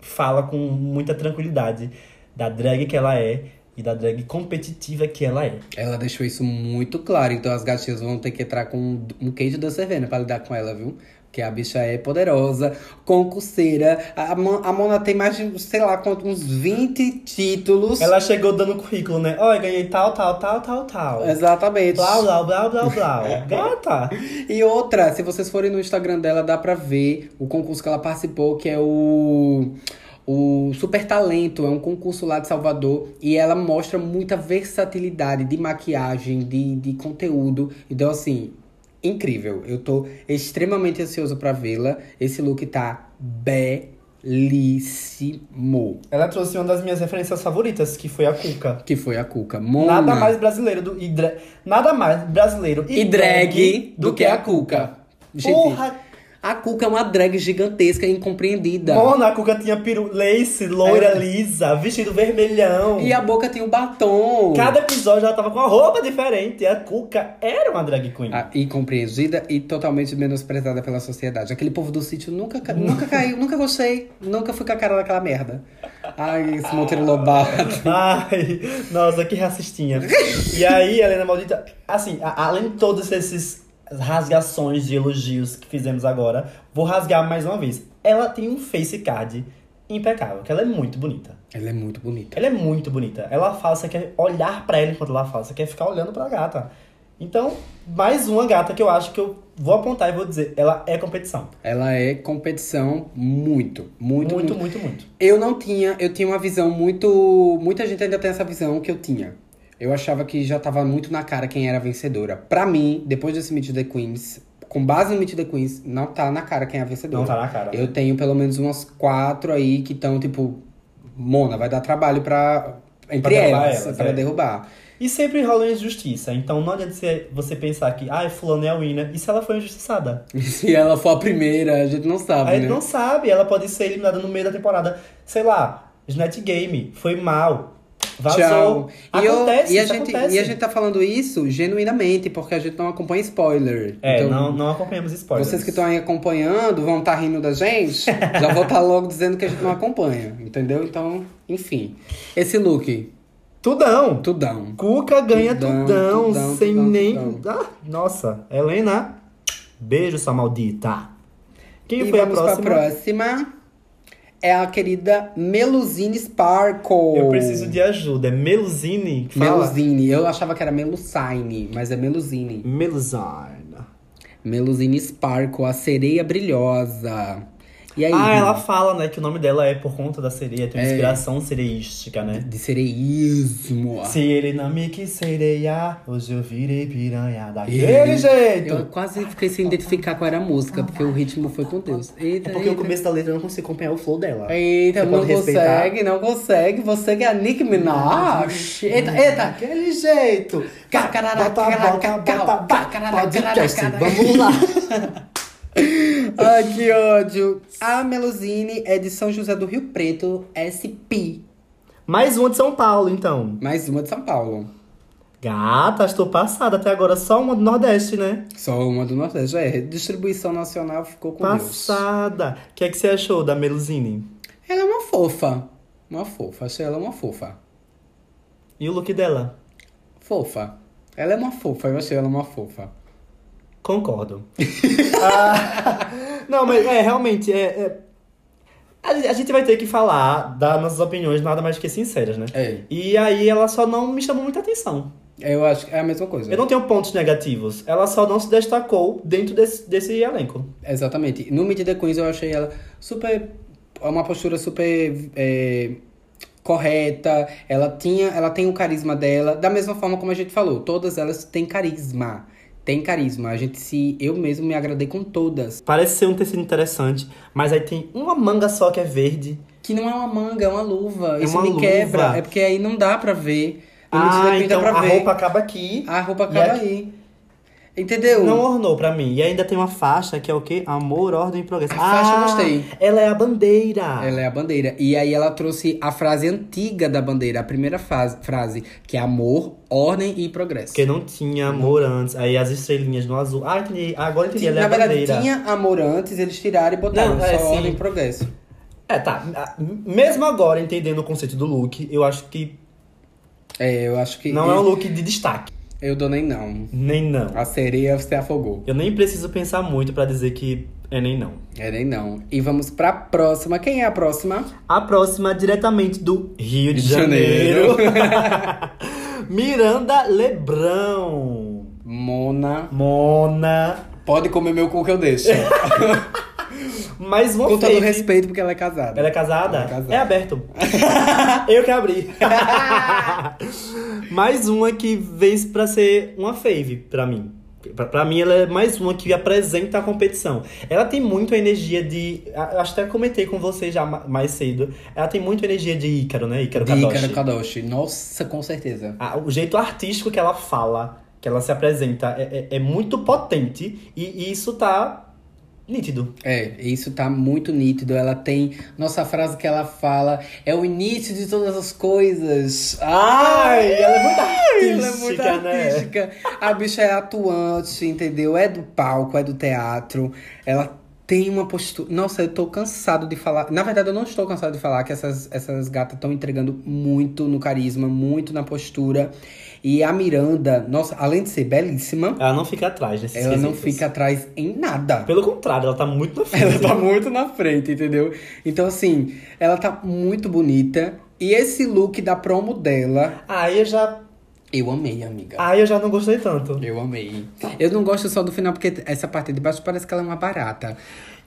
Speaker 1: fala com muita tranquilidade da drag que ela é e da drag competitiva que ela é.
Speaker 2: Ela deixou isso muito claro, então as gatinhas vão ter que entrar com um- um queijo da cerveja pra lidar com ela, viu? Porque a bicha é poderosa, concurseira. A, a Mon- a Mona tem mais de, sei lá, quanto, uns 20 títulos.
Speaker 1: Ela chegou dando currículo, né? Ó, eu ganhei tal, tal, tal, tal, tal.
Speaker 2: É Exatamente.
Speaker 1: Blá, blá, blá, blá,
Speaker 2: [laughs]
Speaker 1: blá.
Speaker 2: É.
Speaker 1: Gata!
Speaker 2: E outra, se vocês forem no Instagram dela, dá pra ver o concurso que ela participou, que é o. O Super Talento é um concurso lá de Salvador e ela mostra muita versatilidade de maquiagem, de, de conteúdo. Então, assim, incrível. Eu tô extremamente ansioso pra vê-la. Esse look tá belíssimo.
Speaker 1: Ela trouxe uma das minhas referências favoritas, que foi a Cuca.
Speaker 2: Que foi a Cuca. Mona.
Speaker 1: Nada mais brasileiro do. E dra- Nada mais brasileiro
Speaker 2: e drag do que a Cuca. Gente,
Speaker 1: Porra!
Speaker 2: a Cuca é uma drag gigantesca, incompreendida.
Speaker 1: Mona, a Cuca tinha peru, lace, loira,
Speaker 2: É.
Speaker 1: lisa, vestido vermelhão.
Speaker 2: E a boca tem um batom.
Speaker 1: Cada episódio ela tava com uma roupa diferente. A Cuca era uma drag queen.
Speaker 2: Ah, Incompreendida e totalmente menosprezada pela sociedade. Aquele povo do sítio nunca, ca- nunca caiu, nunca gostei, nunca fui com a cara daquela merda. Ai, esse Monteiro Lobato.
Speaker 1: Ai, nossa, que racistinha. E aí, Helena Maldita, assim, a- além de todas essas rasgações de elogios que fizemos agora, vou rasgar mais uma vez. Ela tem um face card impecável, que ela é muito bonita.
Speaker 2: Ela é muito bonita.
Speaker 1: Ela é muito bonita. Ela fala, você quer olhar pra ela enquanto ela fala, você quer ficar olhando pra gata. Então, mais uma gata que eu acho que eu vou apontar e vou dizer, ela é competição.
Speaker 2: Ela é competição muito, muito, muito.
Speaker 1: Muito, muito, muito.
Speaker 2: Eu não tinha, eu tinha uma visão muito. Muita gente ainda tem essa visão que eu tinha. Eu achava que já tava muito na cara quem era a vencedora. Pra mim, depois desse Meet the Queens, com base no Meet the Queens, não tá na cara quem é a vencedora.
Speaker 1: Não tá na cara.
Speaker 2: Eu tenho pelo menos umas quatro aí que estão, tipo, Mona, vai dar trabalho pra. Entre
Speaker 1: derrubar
Speaker 2: elas,
Speaker 1: elas,
Speaker 2: pra
Speaker 1: é.
Speaker 2: derrubar. [laughs]
Speaker 1: E sempre rola uma injustiça. Então não adianta você- você pensar que, ah, fulano é a winner. E se ela foi injustiçada?
Speaker 2: E se ela for a primeira, a gente não sabe,
Speaker 1: Aí
Speaker 2: né?
Speaker 1: não sabe, ela pode ser eliminada no meio da temporada. Sei lá, Snatch Game, foi mal, vazou.
Speaker 2: Tchau. E, eu-
Speaker 1: Acontece,
Speaker 2: e a
Speaker 1: isso
Speaker 2: gente,
Speaker 1: acontece.
Speaker 2: e a gente tá falando isso genuinamente, porque a gente não acompanha spoiler.
Speaker 1: É,
Speaker 2: Então,
Speaker 1: não, não acompanhamos spoilers.
Speaker 2: Vocês que estão aí acompanhando vão estar rindo
Speaker 1: [laughs]
Speaker 2: da gente. já vou estar logo dizendo que a gente não acompanha, entendeu? Então, enfim. Esse look,
Speaker 1: Tudão!
Speaker 2: tudão.
Speaker 1: Cuca ganha
Speaker 2: Tudão,
Speaker 1: tudão,
Speaker 2: tudão,
Speaker 1: sem
Speaker 2: tudão,
Speaker 1: nem.
Speaker 2: tudão.
Speaker 1: Ah, nossa, Helena, beijo, sua maldita. Quem
Speaker 2: e
Speaker 1: foi a
Speaker 2: vamos
Speaker 1: próxima?
Speaker 2: pra próxima. É a querida Melusine Sparkle.
Speaker 1: Eu preciso de ajuda. É Meluzine que fala?
Speaker 2: Melusine. Eu achava que era Melusine, mas é Melusine.
Speaker 1: Meluzine.
Speaker 2: Melusine Sparkle, a sereia brilhosa. E aí?
Speaker 1: Ah, ela fala, né, que o nome dela é por conta da sereia, tem uma
Speaker 2: É.
Speaker 1: inspiração sereística, né?
Speaker 2: De sereísmo.
Speaker 1: Se ele não me quis sereia, hoje eu virei piranha
Speaker 2: Ei,
Speaker 1: daquele jeito.
Speaker 2: Eu quase fiquei sem identificar qual era a música, porque o ritmo foi com Deus. Eita,
Speaker 1: É porque o
Speaker 2: eita.
Speaker 1: começo da letra eu não consigo acompanhar o flow dela.
Speaker 2: Eita,
Speaker 1: Você
Speaker 2: não
Speaker 1: pode
Speaker 2: consegue,
Speaker 1: respeitar?
Speaker 2: não consegue. Você que é a Nick Minaj. ah, Eita, eita.
Speaker 1: Daquele jeito. Podcast, vamos
Speaker 2: [laughs]
Speaker 1: lá.
Speaker 2: Ai, que ódio. A Melusine é de São José do Rio Preto, SP.
Speaker 1: Mais uma de São Paulo, então.
Speaker 2: Mais uma de São Paulo.
Speaker 1: Gata, estou passada até agora. Só uma do Nordeste, né?
Speaker 2: Só uma do Nordeste. É, distribuição nacional ficou com Deus.
Speaker 1: Passada. O que é que você achou da Meluzine?
Speaker 2: Ela é uma fofa. Uma fofa. Achei ela uma fofa.
Speaker 1: E o look dela?
Speaker 2: Fofa. Ela é uma fofa. Eu achei ela uma fofa.
Speaker 1: Concordo. [laughs] Ah, não, mas é, realmente, é. é- A, gente- a gente vai ter que falar das nossas opiniões nada mais que sinceras, né?
Speaker 2: É.
Speaker 1: E aí ela só não me chamou muita atenção.
Speaker 2: Eu acho que é a mesma coisa.
Speaker 1: Eu não tenho pontos negativos. Ela só não se destacou dentro desse, desse elenco.
Speaker 2: Exatamente. No Meet the Queens eu achei ela super. é Uma postura super é, correta. Ela tinha. Ela tem o carisma dela. Da mesma forma como a gente falou. Todas elas têm carisma. Tem carisma. A gente se. Eu mesmo me agradei com todas.
Speaker 1: Parece ser um tecido interessante, mas aí tem uma manga só que é verde.
Speaker 2: Que não é uma manga, é uma luva.
Speaker 1: É
Speaker 2: Isso
Speaker 1: uma
Speaker 2: me
Speaker 1: luva.
Speaker 2: quebra. É porque aí não dá pra ver. No Meet the
Speaker 1: ah,
Speaker 2: Queens
Speaker 1: então
Speaker 2: dá pra
Speaker 1: a
Speaker 2: ver.
Speaker 1: roupa acaba aqui.
Speaker 2: A roupa
Speaker 1: E
Speaker 2: acaba
Speaker 1: aqui-
Speaker 2: aí. Entendeu?
Speaker 1: Não ornou pra mim. E ainda tem uma faixa que é o quê? Amor, ordem e progresso.
Speaker 2: A faixa eu gostei.
Speaker 1: Ela é a bandeira.
Speaker 2: Ela é a bandeira. E aí ela trouxe a frase antiga da bandeira, a primeira fase, frase, que é amor, ordem e progresso.
Speaker 1: Porque não tinha amor antes. Aí as estrelinhas no azul. Ah, entendi. Ah, Agora entendi.
Speaker 2: Tinha-
Speaker 1: Ela é
Speaker 2: na
Speaker 1: a
Speaker 2: verdade,
Speaker 1: bandeira.
Speaker 2: tinha amor antes, eles tiraram e botaram
Speaker 1: Não, é,
Speaker 2: só
Speaker 1: sim.
Speaker 2: ordem e progresso.
Speaker 1: É, tá. Ah, Mesmo agora, entendendo o conceito do look, eu acho que
Speaker 2: É, eu acho que.
Speaker 1: não é um
Speaker 2: eu,
Speaker 1: look de destaque.
Speaker 2: eu dou nem não.
Speaker 1: Nem não.
Speaker 2: A sereia se afogou.
Speaker 1: Eu nem preciso pensar muito pra dizer que é nem não.
Speaker 2: É nem não. E vamos pra próxima. Quem é a próxima?
Speaker 1: A próxima, diretamente do Rio de
Speaker 2: De Janeiro.
Speaker 1: Janeiro. [laughs] Miranda Lebrão.
Speaker 2: [laughs] Mona.
Speaker 1: Mona.
Speaker 2: Pode comer meu cu que eu deixo.
Speaker 1: [laughs] Mais uma
Speaker 2: Com todo
Speaker 1: fake.
Speaker 2: respeito, porque ela é casada.
Speaker 1: Ela é casada?
Speaker 2: Ela é casada.
Speaker 1: É [laughs] aberto. Eu que abri. [laughs] mais uma que vem pra ser uma fave pra mim. Pra, pra mim, ela é mais uma que apresenta a competição. Ela tem muito a energia de. a- Eu acho que até comentei com você já ma- mais cedo. Ela tem muito a energia de Ícaro, né? Ícaro
Speaker 2: De
Speaker 1: Kadoshi.
Speaker 2: Ícaro Kadoshi. Nossa, com certeza.
Speaker 1: Ah, o jeito artístico que ela fala, que ela se apresenta, é, é- é muito potente e, e isso tá nítido.
Speaker 2: É, isso tá muito nítido. Ela tem. Nossa a frase que ela fala é o início de todas as coisas.
Speaker 1: Ai, ela é muito
Speaker 2: Ai,
Speaker 1: artística,
Speaker 2: ela é muito
Speaker 1: né?
Speaker 2: artística. A bicha é atuante, entendeu? É do palco, é do teatro. Ela tem uma postura. Nossa, eu tô cansado de falar. Na verdade, eu não estou cansado de falar que essas, essas gatas estão entregando muito no carisma, muito na postura. E a Miranda, nossa, além de ser belíssima,
Speaker 1: Ela não fica atrás desses
Speaker 2: ela não
Speaker 1: quesitos.
Speaker 2: fica atrás em nada.
Speaker 1: Pelo contrário, ela tá muito na frente.
Speaker 2: Ela tá muito na frente, entendeu? Então, assim, ela tá muito bonita. E esse look da promo dela,
Speaker 1: Aí eu já.
Speaker 2: eu amei, amiga.
Speaker 1: Aí eu já não gostei tanto.
Speaker 2: Eu amei.
Speaker 1: Tá.
Speaker 2: Eu não gosto só do final, porque essa parte de baixo parece que ela é uma barata.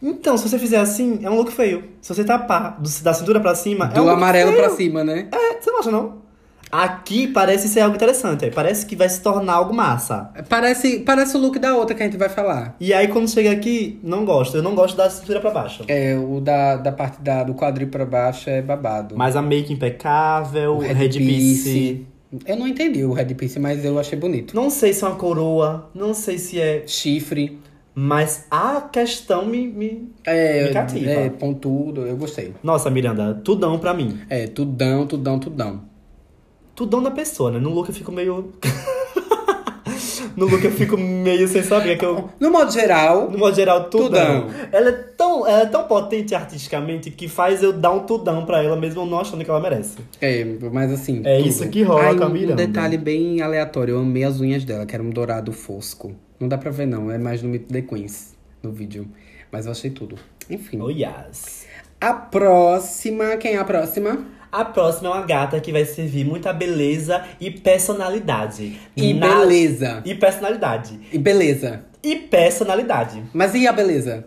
Speaker 1: Então, se você fizer assim, é um look feio. Se você tapar do- da cintura pra cima, é um
Speaker 2: Do
Speaker 1: look
Speaker 2: amarelo
Speaker 1: feio.
Speaker 2: pra cima, né?
Speaker 1: É, você não acha, não? Aqui parece ser algo interessante. aí Parece que vai se tornar algo massa.
Speaker 2: Parece, parece o look da outra que a gente vai falar.
Speaker 1: E aí, quando chega aqui, não gosto. Eu não gosto da cintura pra baixo.
Speaker 2: É, o da, da parte da, do quadril pra baixo é babado.
Speaker 1: Mas a make impecável,
Speaker 2: O
Speaker 1: red, piece.
Speaker 2: Eu não entendi o Red Piece, mas eu achei bonito.
Speaker 1: Não sei se é uma coroa, não sei se é.
Speaker 2: Chifre,
Speaker 1: Mas a questão me. me...
Speaker 2: é,
Speaker 1: Me cativa.
Speaker 2: é pontudo, eu gostei.
Speaker 1: Nossa, Miranda, tudão pra mim.
Speaker 2: É, tudão, tudão, tudão.
Speaker 1: Tudão da pessoa, né? No look eu fico meio. [laughs] no look eu fico meio sem saber. Que eu,
Speaker 2: No modo geral,
Speaker 1: no modo geral, tudão.
Speaker 2: Tudão.
Speaker 1: Ela, é tão, ela é tão potente artisticamente que faz eu dar um tudão pra ela, mesmo eu não achando que ela merece.
Speaker 2: é, mas assim.
Speaker 1: É isso que rola
Speaker 2: Ai,
Speaker 1: com a
Speaker 2: um-
Speaker 1: Miranda.
Speaker 2: Um detalhe bem aleatório, eu amei as unhas dela, que era um dourado fosco. Não dá pra ver, não, é mais no Meet The Queens, no vídeo. Mas eu achei tudo. Enfim.
Speaker 1: Oh, yes.
Speaker 2: A próxima, quem é a próxima?
Speaker 1: A próxima é uma gata que vai servir muita beleza e personalidade.
Speaker 2: E
Speaker 1: Na-
Speaker 2: beleza.
Speaker 1: E personalidade.
Speaker 2: E beleza.
Speaker 1: E personalidade.
Speaker 2: Mas e a beleza?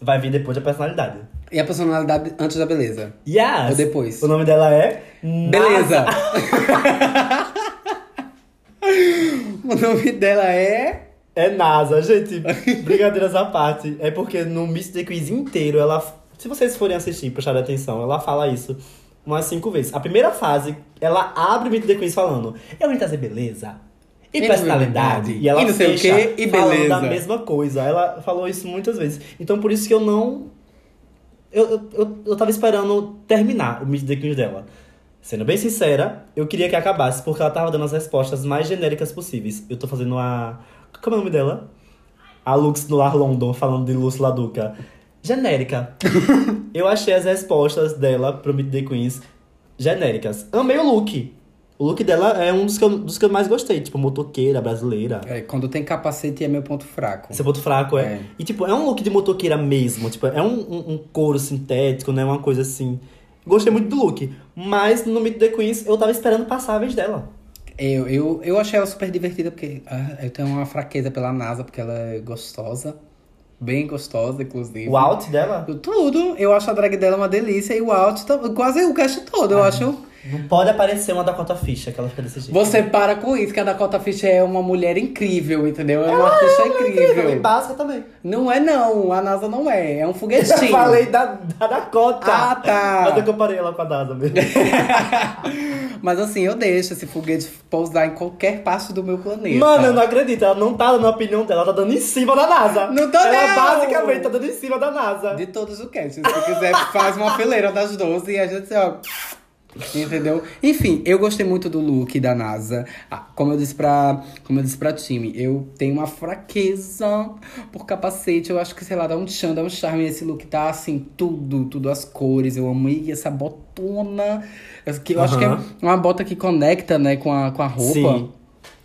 Speaker 1: Vai vir depois da personalidade.
Speaker 2: E a personalidade antes da beleza?
Speaker 1: Yes!
Speaker 2: Ou depois?
Speaker 1: O nome dela é.
Speaker 2: Beleza!
Speaker 1: Nasa.
Speaker 2: [laughs] o nome dela é.
Speaker 1: É NASA, gente. Brincadeiras à parte. É porque no Miss The Quiz inteiro, ela. Se vocês forem assistir e prestarem atenção, ela fala isso umas cinco vezes. A primeira fase, ela abre o Miss The Quiz falando: Eu vim trazer beleza. E,
Speaker 2: E
Speaker 1: personalidade.
Speaker 2: novidade.
Speaker 1: E ela
Speaker 2: E não sei o
Speaker 1: fecha
Speaker 2: quê, e
Speaker 1: falando
Speaker 2: beleza.
Speaker 1: a mesma coisa. Ela falou isso muitas vezes. Então por isso que eu não. Eu, eu, eu, eu tava esperando terminar o Meet the Queens dela. Sendo bem sincera, eu queria que acabasse, porque ela tava dando as respostas mais genéricas possíveis. Eu tô fazendo a. Como é o nome dela? A Lux no Lar London, falando de Luz Laduca. Genérica. eu achei as respostas dela pro Meet the Queens genéricas. Amei o look. O look dela é um dos que eu, dos que eu mais gostei. Tipo, motoqueira brasileira.
Speaker 2: É, quando tem capacete é meu ponto fraco.
Speaker 1: Seu ponto fraco é.
Speaker 2: É.
Speaker 1: E tipo, é um look de motoqueira mesmo. Tipo, é um, um, um couro sintético, né? Uma coisa assim. Gostei muito do look. Mas no Meet the Queens eu tava esperando passar a vez dela.
Speaker 2: Eu, eu, eu achei ela super divertida, porque ah, eu tenho uma fraqueza pela NASA, porque ela é gostosa. Bem gostosa, inclusive.
Speaker 1: O out dela
Speaker 2: Tudo. Eu acho a drag dela uma delícia. E o out, tá- quase o cast todo,
Speaker 1: Ah,
Speaker 2: eu acho.
Speaker 1: não pode aparecer uma Dakota Ficha, que ela fica desse jeito.
Speaker 2: Você para com isso, que a Dakota Fischer é uma mulher incrível, entendeu? É uma artista
Speaker 1: Ah, incrível. E
Speaker 2: incrível.
Speaker 1: básica também.
Speaker 2: Não é não, a NASA não é. É um
Speaker 1: Eu
Speaker 2: foguetinho.
Speaker 1: falei da, da Dakota.
Speaker 2: Ah, tá. [laughs]
Speaker 1: Mas é eu comparei ela com a Dada mesmo.
Speaker 2: Mas assim, eu deixo esse foguete pousar em qualquer parte do meu planeta.
Speaker 1: Mano, eu não acredito. Ela não tá dando a opinião dela, ela tá dando em cima da NASA.
Speaker 2: Não tô
Speaker 1: Ela
Speaker 2: não.
Speaker 1: basicamente tá dando em cima da NASA.
Speaker 2: De todos os cast. Se quiser, faz uma fileira das 12 e a gente, ó. Entendeu? Enfim, eu gostei muito do look da NASA. Ah, como eu disse pra, como eu disse pra time, eu tenho uma fraqueza por capacete. Eu acho que, sei lá, dá um tchan, dá um charme. Esse look tá assim, tudo, tudo as cores. Eu amei essa botona. Essa que Eu acho que é
Speaker 1: Aham.
Speaker 2: uma bota que conecta, né, com a, com a roupa.
Speaker 1: Sim.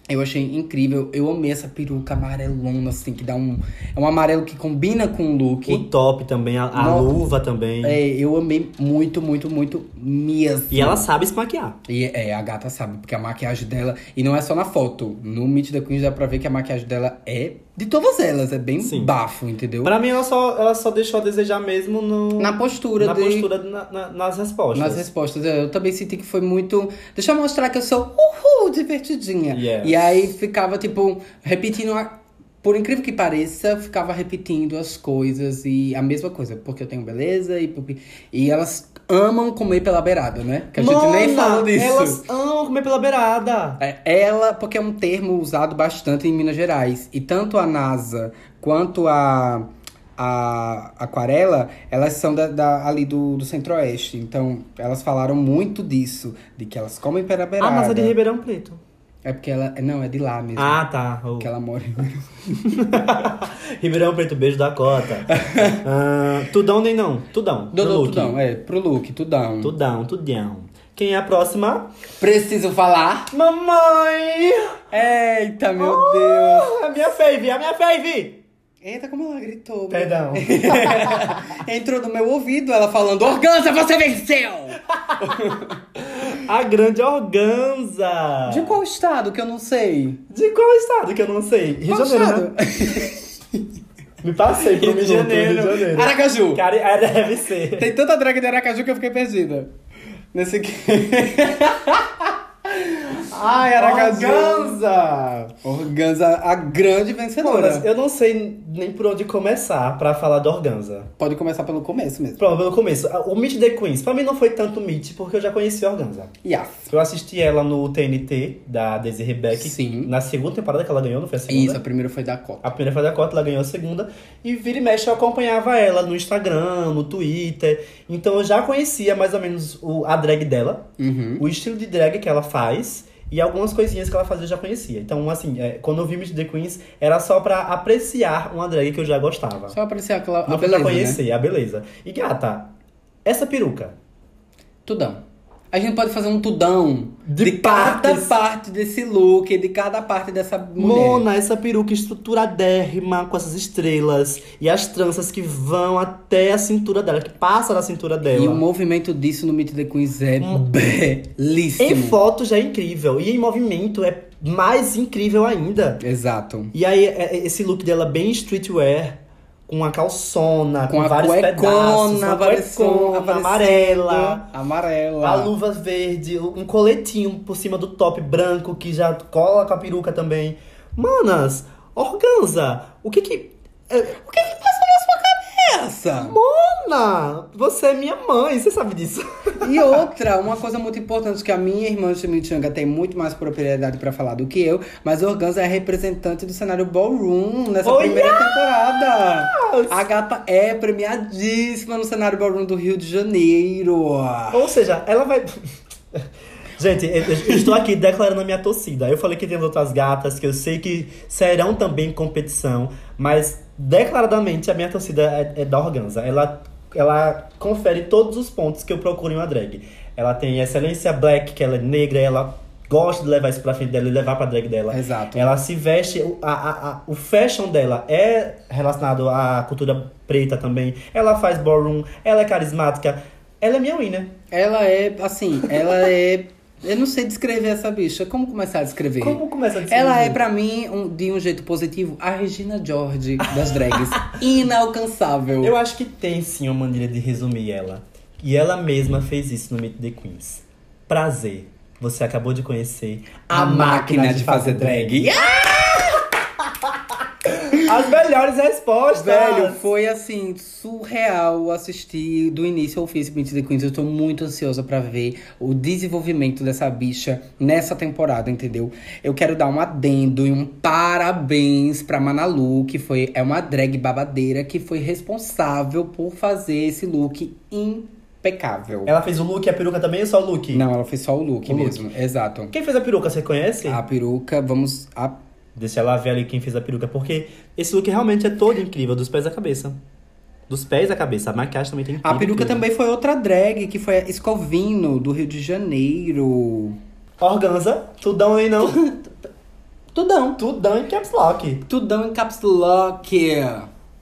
Speaker 2: Eu achei incrível. Eu amei essa peruca amarelona, assim, que dá um. É um amarelo que combina com o look.
Speaker 1: O top também, a, a
Speaker 2: Nossa.
Speaker 1: luva também.
Speaker 2: É, eu amei muito, muito, muito mesmo.
Speaker 1: E ela sabe se maquiar.
Speaker 2: E, é, a gata sabe, porque a maquiagem dela. E não é só na foto. No Meet the Queens dá pra ver que a maquiagem dela é de todas elas. É bem
Speaker 1: Sim.
Speaker 2: bafo, entendeu?
Speaker 1: Pra mim, ela só, ela só deixou a desejar mesmo no,
Speaker 2: Na postura
Speaker 1: na
Speaker 2: de-
Speaker 1: postura, na- na- nas respostas.
Speaker 2: Nas respostas, é, eu também senti que foi muito. Deixa eu mostrar que eu sou uhul, divertidinha.
Speaker 1: Yes.
Speaker 2: E aí ficava, tipo, repetindo. A... Por incrível que pareça, ficava repetindo as coisas e a mesma coisa, porque eu tenho beleza e. porque- E elas amam comer pela beirada, né? Que a gente nem
Speaker 1: Nona,
Speaker 2: fala disso.
Speaker 1: Elas amam comer pela beirada.
Speaker 2: É, Ela, porque é um termo usado bastante em Minas Gerais. E tanto a NASA quanto a, a Aquarela, elas são da, da- ali do, do Centro-Oeste. Então, elas falaram muito disso, de que elas comem
Speaker 1: Ah,
Speaker 2: pela
Speaker 1: A
Speaker 2: beirada.
Speaker 1: massa de Ribeirão Preto.
Speaker 2: É porque ela. Não, é de lá mesmo.
Speaker 1: Ah, tá. Oh.
Speaker 2: Que ela mora em
Speaker 1: [laughs] Ribeirão Preto, beijo da cota.
Speaker 2: [laughs]
Speaker 1: Ah, tudão nem não. Tudão. pro
Speaker 2: Dodô
Speaker 1: Luke.
Speaker 2: Tudão, é, pro Luke, Tudão.
Speaker 1: Tudão, tudão. Quem é a próxima?
Speaker 2: Preciso falar?
Speaker 1: Mamãe!
Speaker 2: Eita, meu
Speaker 1: Oh!
Speaker 2: Deus.
Speaker 1: A minha fave, a minha fave!
Speaker 2: Eita, como ela gritou.
Speaker 1: Perdão.
Speaker 2: [laughs] Entrou no meu ouvido ela falando, Organza, você venceu!
Speaker 1: [laughs] A grande organza!
Speaker 2: De qual estado que eu não sei?
Speaker 1: De qual estado que eu não sei? Rio de
Speaker 2: Qual
Speaker 1: Janeiro, né?
Speaker 2: estado?
Speaker 1: Me passei por um
Speaker 2: Rio de
Speaker 1: minuto, Rio de
Speaker 2: Janeiro.
Speaker 1: Janeiro.
Speaker 2: Aracaju.
Speaker 1: Cara, é, deve ser.
Speaker 2: Tem tanta drag de Aracaju que eu fiquei perdida. Nesse aqui. [laughs] Ai, Aracaju.
Speaker 1: Organza!
Speaker 2: Organza, a grande
Speaker 1: Bom,
Speaker 2: vencedora.
Speaker 1: mas eu não sei nem por onde começar pra falar da organza.
Speaker 2: Pode começar pelo começo mesmo.
Speaker 1: Pronto, pelo começo. O Meet the Queens, pra mim não foi tanto Meet, porque eu já conheci a organza.
Speaker 2: Yeah.
Speaker 1: Eu assisti ela no TNT, da Daisy Rebeck.
Speaker 2: Sim.
Speaker 1: Na segunda temporada que ela ganhou, não foi a segunda?
Speaker 2: Isso, a primeira foi da Copa.
Speaker 1: A primeira foi da cota, ela ganhou a segunda. E vira e mexe, eu acompanhava ela no Instagram, no Twitter. Então eu já conhecia mais ou menos o, a drag dela,
Speaker 2: Uhum.
Speaker 1: o estilo de drag que ela faz. E algumas coisinhas que ela fazia eu já conhecia. Então, assim, é, quando eu vi Meet the Queens, era só pra apreciar uma drag que eu já gostava.
Speaker 2: Só aparecer aquela a
Speaker 1: Não foi
Speaker 2: beleza,
Speaker 1: pra
Speaker 2: né?
Speaker 1: conhecer, a beleza. E gata, essa peruca.
Speaker 2: Tudão. A gente pode fazer um tudão
Speaker 1: De
Speaker 2: cada
Speaker 1: partes.
Speaker 2: parte desse look, de cada parte dessa mulher.
Speaker 1: Mona, essa peruca estruturadérrima com essas estrelas e as tranças que vão até a cintura dela, que passa da cintura dela.
Speaker 2: E o movimento disso no Meet the Queens é
Speaker 1: Hum.
Speaker 2: belíssimo.
Speaker 1: Em foto já é incrível. E em movimento é mais incrível ainda.
Speaker 2: Exato.
Speaker 1: E aí, é- é esse look dela bem streetwear, com a calçona, com,
Speaker 2: Com a
Speaker 1: vários pedaços, com
Speaker 2: cuecona,
Speaker 1: a
Speaker 2: aparecendo-
Speaker 1: cuecona
Speaker 2: aparecendo.
Speaker 1: amarela,
Speaker 2: Amarela.
Speaker 1: a luva verde, um coletinho por cima do top branco, que já cola com a peruca também. Manas, organza, o que que... é,
Speaker 2: Essa.
Speaker 1: Ana, você é minha mãe, você sabe
Speaker 2: [laughs]
Speaker 1: disso.
Speaker 2: E outra, uma coisa muito importante que a minha irmã Chimichanga tem muito mais propriedade pra falar do que eu, mas Organza é representante do cenário ballroom nessa
Speaker 1: Oh,
Speaker 2: primeira temporada. A gata é premiadíssima no cenário ballroom do Rio de Janeiro.
Speaker 1: Ou seja, ela vai. [laughs] Gente, eu eu estou aqui declarando a minha torcida. Eu falei que tem outras gatas, que eu sei que serão também em competição, mas declaradamente a minha torcida é, é da Organza. Ela, ela confere todos os pontos que eu procuro em uma drag. Ela tem excelência black, que ela é negra, ela gosta de levar isso pra frente dela e levar pra drag dela.
Speaker 2: Exato.
Speaker 1: Ela se veste, o- a, a- a- o fashion dela é relacionado à cultura preta também. Ela faz ballroom, ela é carismática, ela é minha winner.
Speaker 2: Ela é, assim, ela é. Eu não sei descrever essa bicha. Como começar a descrever?
Speaker 1: Como começa a descrever?
Speaker 2: Ela é, pra mim, um- de um jeito positivo, a Regina George das
Speaker 1: [laughs]
Speaker 2: drags. Inalcançável.
Speaker 1: Eu acho que tem sim uma maneira de resumir ela. E ela mesma fez isso no Meet the Queens. Prazer. Você acabou de conhecer a, máquina, de, fazer, drag. [laughs] As melhores respostas!
Speaker 2: Velho, foi assim, surreal assistir do início ao fim esse Meet the Queens. Eu tô muito ansiosa pra ver o desenvolvimento dessa bicha nessa temporada, entendeu? Eu quero dar um adendo e um parabéns pra Manalu, que foi, é uma drag babadeira que foi responsável por fazer esse look impecável.
Speaker 1: Ela fez o look e a peruca também ou só o look?
Speaker 2: Não, ela fez só o look
Speaker 1: É assim. O look.
Speaker 2: mesmo. Exato.
Speaker 1: Quem fez a peruca, você conhece?
Speaker 2: A peruca, vamos. A...
Speaker 1: Deixa ela ver ali quem fez a peruca, porque esse look realmente é todo incrível, dos pés à cabeça. Dos pés à cabeça, a maquiagem também tem
Speaker 2: A peruca também foi outra drag, que foi a Escovino, do Rio de Janeiro.
Speaker 1: Organza, tudão aí não.
Speaker 2: Tudão.
Speaker 1: [laughs] tudão em caps lock.
Speaker 2: Tudão em caps lock.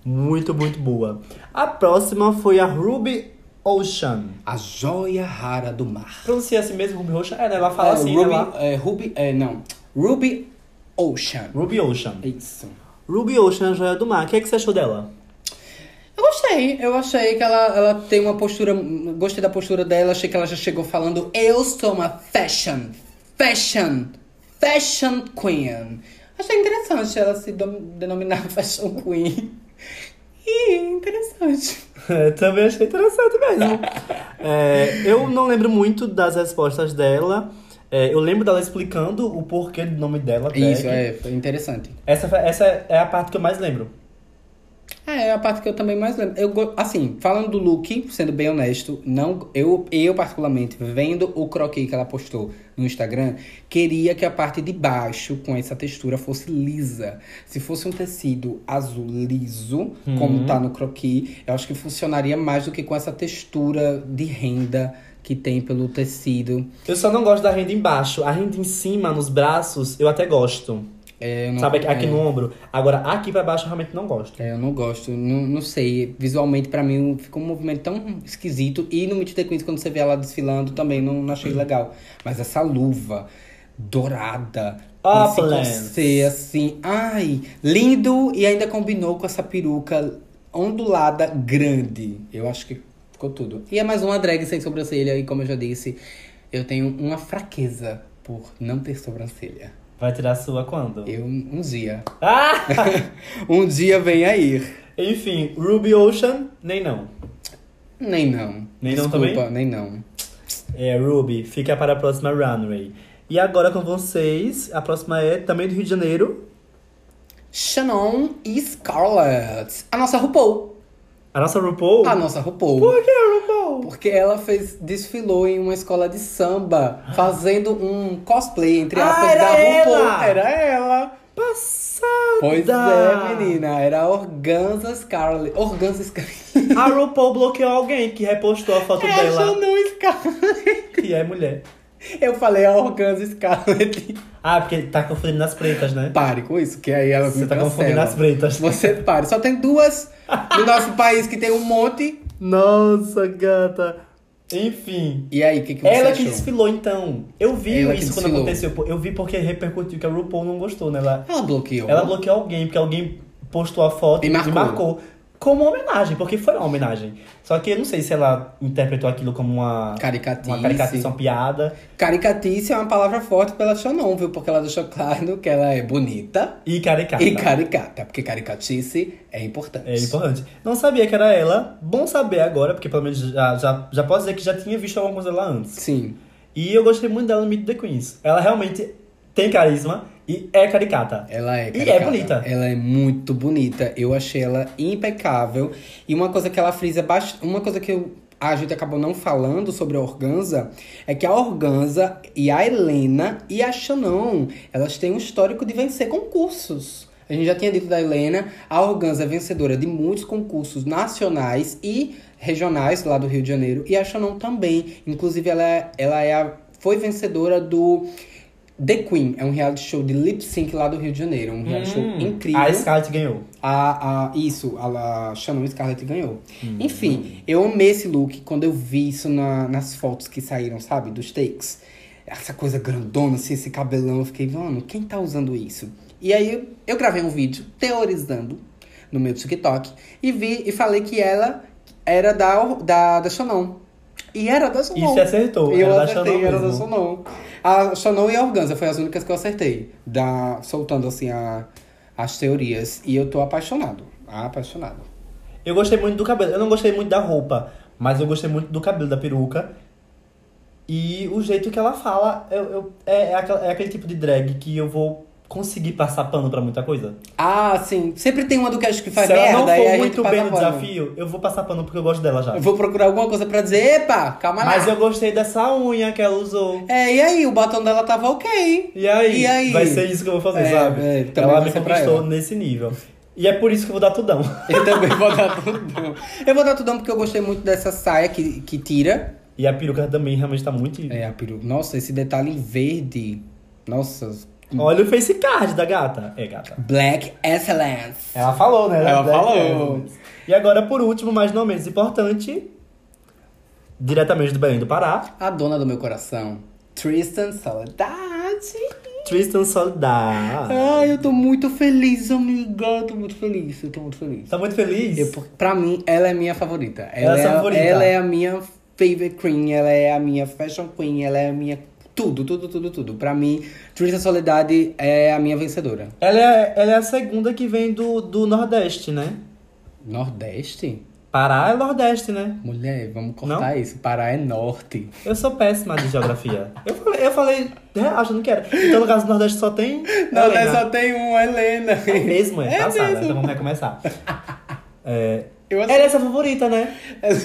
Speaker 1: Muito, muito boa. A próxima foi a Ruby Ocean.
Speaker 2: A joia rara do mar.
Speaker 1: Pronuncia assim mesmo, Ruby Ocean? É, né? Ela fala
Speaker 2: É,
Speaker 1: assim,
Speaker 2: Ruby,
Speaker 1: ela...
Speaker 2: é, Ruby, é, não. Ruby Ocean.
Speaker 1: Ruby Ocean.
Speaker 2: Isso.
Speaker 1: Ruby Ocean, a joia do mar. O que, é que você achou [laughs] dela?
Speaker 2: Eu gostei, eu achei que ela, ela tem uma postura. Gostei da postura dela, achei que ela já chegou falando: Eu sou uma fashion, fashion, fashion queen. Achei interessante ela se dom- denominar [laughs] fashion queen. Ih, interessante.
Speaker 1: É, também achei interessante mesmo. [laughs] É, eu não lembro muito das respostas dela. É, eu lembro dela explicando o porquê do nome dela. drag.
Speaker 2: Isso, é, foi interessante.
Speaker 1: Essa, foi- essa é a parte que eu mais lembro.
Speaker 2: É, é a parte que eu também mais lembro. Eu, go- assim, falando do look, sendo bem honesto, não, eu, eu particularmente, vendo o croquis que ela postou no Instagram, queria que a parte de baixo, com essa textura, fosse lisa. Se fosse um tecido azul liso,
Speaker 1: Uhum.
Speaker 2: como tá no croquis, eu acho que funcionaria mais do que com essa textura de renda que tem pelo tecido.
Speaker 1: Eu só não gosto da renda embaixo. A renda em cima, nos braços, eu até gosto.
Speaker 2: É, eu não-
Speaker 1: Sabe, aqui, aqui
Speaker 2: é.
Speaker 1: no ombro. Agora, aqui pra baixo, eu realmente não gosto.
Speaker 2: É, eu não gosto, não, não sei. Visualmente, pra mim, fica um movimento tão esquisito. E no Meet the Queens, quando você vê ela desfilando, também não, não
Speaker 1: Hum.
Speaker 2: achei legal. Mas essa luva dourada,
Speaker 1: Ah,
Speaker 2: com
Speaker 1: Plants.
Speaker 2: esse corset, assim, ai, lindo. E ainda combinou com essa peruca ondulada grande. Eu acho que ficou tudo. E é mais uma drag sem sobrancelha. E como eu já disse, eu tenho uma fraqueza por não ter sobrancelha.
Speaker 1: Vai tirar a sua quando?
Speaker 2: Eu, um dia.
Speaker 1: Ah!
Speaker 2: um dia vem aí.
Speaker 1: Enfim, Ruby Ocean, nem não.
Speaker 2: Nem não.
Speaker 1: Nem não
Speaker 2: Desculpa,
Speaker 1: também?
Speaker 2: nem não.
Speaker 1: É, Ruby, fica para a próxima runway. E agora com vocês, a próxima é também do Rio de Janeiro.
Speaker 2: Shannon e Scarlett. A nossa RuPaul.
Speaker 1: A nossa RuPaul.
Speaker 2: A nossa RuPaul.
Speaker 1: Por que a RuPaul?
Speaker 2: Porque ela fez, desfilou em uma escola de samba, fazendo um cosplay, entre
Speaker 1: Ah,
Speaker 2: aspas,
Speaker 1: era
Speaker 2: da RuPaul.
Speaker 1: ela!
Speaker 2: Era ela.
Speaker 1: Passada!
Speaker 2: Pois é, menina. Era a Organza Scarlett. Organza Scarlett.
Speaker 1: A RuPaul bloqueou alguém que repostou a [laughs] foto
Speaker 2: É a
Speaker 1: dela,
Speaker 2: Shannon Scarlett.
Speaker 1: que é mulher.
Speaker 2: Eu falei é a Organza Scarlett.
Speaker 1: Ah, porque tá confundindo as pretas, né?
Speaker 2: Pare com isso, que aí ela
Speaker 1: Você
Speaker 2: me
Speaker 1: tá confundindo
Speaker 2: cancela.
Speaker 1: as pretas.
Speaker 2: Você pare. Só tem duas no nosso país que tem um monte.
Speaker 1: Nossa, gata. Enfim,
Speaker 2: E aí, o que, que você
Speaker 1: Ela
Speaker 2: achou?
Speaker 1: que desfilou, então. Eu vi
Speaker 2: Ela que
Speaker 1: isso quando
Speaker 2: desfilou.
Speaker 1: aconteceu. pô. Eu vi porque repercutiu que a RuPaul não gostou, né? Ela,
Speaker 2: Ela bloqueou.
Speaker 1: ela bloqueou alguém, porque alguém postou a foto
Speaker 2: E marcou.
Speaker 1: Como homenagem, porque foi uma homenagem. Só que eu não sei se ela interpretou aquilo como uma,
Speaker 2: Caricatice.
Speaker 1: uma caricatice, uma piada.
Speaker 2: Caricatice é uma palavra forte pela Shannon, viu? Porque ela deixou claro que ela é bonita
Speaker 1: E caricata.
Speaker 2: e caricata. Porque caricatice é importante.
Speaker 1: É importante. Não sabia que era ela. Bom saber agora, porque pelo menos já, já, já posso dizer que já tinha visto alguma coisa lá antes.
Speaker 2: Sim.
Speaker 1: E eu gostei muito dela no Meet the Queens. Ela realmente tem carisma e é caricata.
Speaker 2: Ela é
Speaker 1: E é
Speaker 2: caricata.
Speaker 1: bonita.
Speaker 2: Ela é muito bonita. Eu achei ela impecável. E uma coisa que ela frisa bastante. Uma coisa que eu- a gente acabou não falando sobre a Organza é que a Organza e a Helena e a Shannon, elas têm um histórico de vencer concursos. A gente já tinha dito da Helena, a Organza é vencedora de muitos concursos nacionais e regionais lá do Rio de Janeiro. E a Shannon também. Inclusive, ela, é- ela é a- foi vencedora do The Queen é um reality show de lip sync lá do Rio de Janeiro. Um reality
Speaker 1: Hum.
Speaker 2: show incrível.
Speaker 1: A Scarlett ganhou.
Speaker 2: A, a- isso, a, a Shannon Scarlett ganhou. Enfim, eu amei esse look quando eu vi isso na- nas fotos que saíram, sabe? Dos takes. Essa coisa grandona, assim, esse cabelão. Eu fiquei, mano, quem tá usando isso? E aí eu gravei um vídeo teorizando no meu TikTok e vi e falei que ela era da, Or- da, da Shannon. E era da Shannon.
Speaker 1: E você é acertou.
Speaker 2: Tá Eu
Speaker 1: era da
Speaker 2: acertei,
Speaker 1: Chanel
Speaker 2: era da
Speaker 1: mesmo.
Speaker 2: Sonon. A Sonon e a Organza foi as únicas que eu acertei. Da, soltando, assim, a- as teorias. E eu tô apaixonado. Apaixonado.
Speaker 1: Eu gostei muito do cabelo. Eu não gostei muito da roupa, mas eu gostei muito do cabelo da peruca. E o jeito que ela fala eu, eu- é, é, aquela- é aquele tipo de drag que eu vou conseguir passar pano pra muita coisa.
Speaker 2: Ah, sim. Sempre tem uma do cast que faz
Speaker 1: Se ela
Speaker 2: é merda.
Speaker 1: não
Speaker 2: e aí a
Speaker 1: for
Speaker 2: gente
Speaker 1: muito
Speaker 2: passa
Speaker 1: bem no
Speaker 2: pano.
Speaker 1: desafio, eu vou passar pano porque eu gosto dela já.
Speaker 2: Eu vou procurar alguma coisa pra dizer, epa, calma lá.
Speaker 1: Mas eu gostei dessa unha que ela usou.
Speaker 2: É, e aí? O batom dela tava ok.
Speaker 1: E aí,
Speaker 2: E aí?
Speaker 1: vai ser isso que eu vou fazer,
Speaker 2: É,
Speaker 1: sabe?
Speaker 2: é, também
Speaker 1: ela
Speaker 2: vai
Speaker 1: me
Speaker 2: ser pra
Speaker 1: conquistou
Speaker 2: ela.
Speaker 1: nesse nível. E é por isso que eu vou dar tudão. [laughs]
Speaker 2: Eu também vou dar tudão. Eu vou dar tudão porque eu gostei muito dessa saia que, que tira.
Speaker 1: E a peruca também realmente tá muito. linda.
Speaker 2: É, a peru... Nossa, esse detalhe em verde. Nossa.
Speaker 1: Olha o face card da gata. É, gata.
Speaker 2: Black Excellence.
Speaker 1: Ela falou, né?
Speaker 2: Ela
Speaker 1: Black
Speaker 2: falou.
Speaker 1: Excellence. E agora, por último, mas não menos importante, diretamente do Belém do Pará,
Speaker 2: A dona do meu coração, Tristan Saudade.
Speaker 1: Tristan Soledad.
Speaker 2: Ai, eu tô muito feliz, amiga. Eu tô muito feliz, eu tô muito feliz.
Speaker 1: Tá muito feliz?
Speaker 2: Eu, por- pra mim, ela é minha favorita. Ela,
Speaker 1: é
Speaker 2: é,
Speaker 1: sua favorita.
Speaker 2: ela é a minha favorite queen, ela é a minha fashion queen, ela é a minha tudo, tudo, tudo, tudo. Pra mim, Tristan Soledade é a minha vencedora.
Speaker 1: Ela, é, ela é a segunda que vem do, do Nordeste, né?
Speaker 2: Nordeste?
Speaker 1: Pará é Nordeste, né?
Speaker 2: Mulher, vamos cortar isso. Pará é norte.
Speaker 1: Eu sou péssima de geografia. Eu falei, eu falei é, achando que era. Então, no caso do Nordeste, só tem.
Speaker 2: Não,
Speaker 1: Helena.
Speaker 2: só tem um, Helena.
Speaker 1: É mesmo, é,
Speaker 2: É
Speaker 1: passada.
Speaker 2: mesmo. [laughs]
Speaker 1: Então vamos recomeçar. É,
Speaker 2: Eu
Speaker 1: era essa a favorita, né?
Speaker 2: [laughs]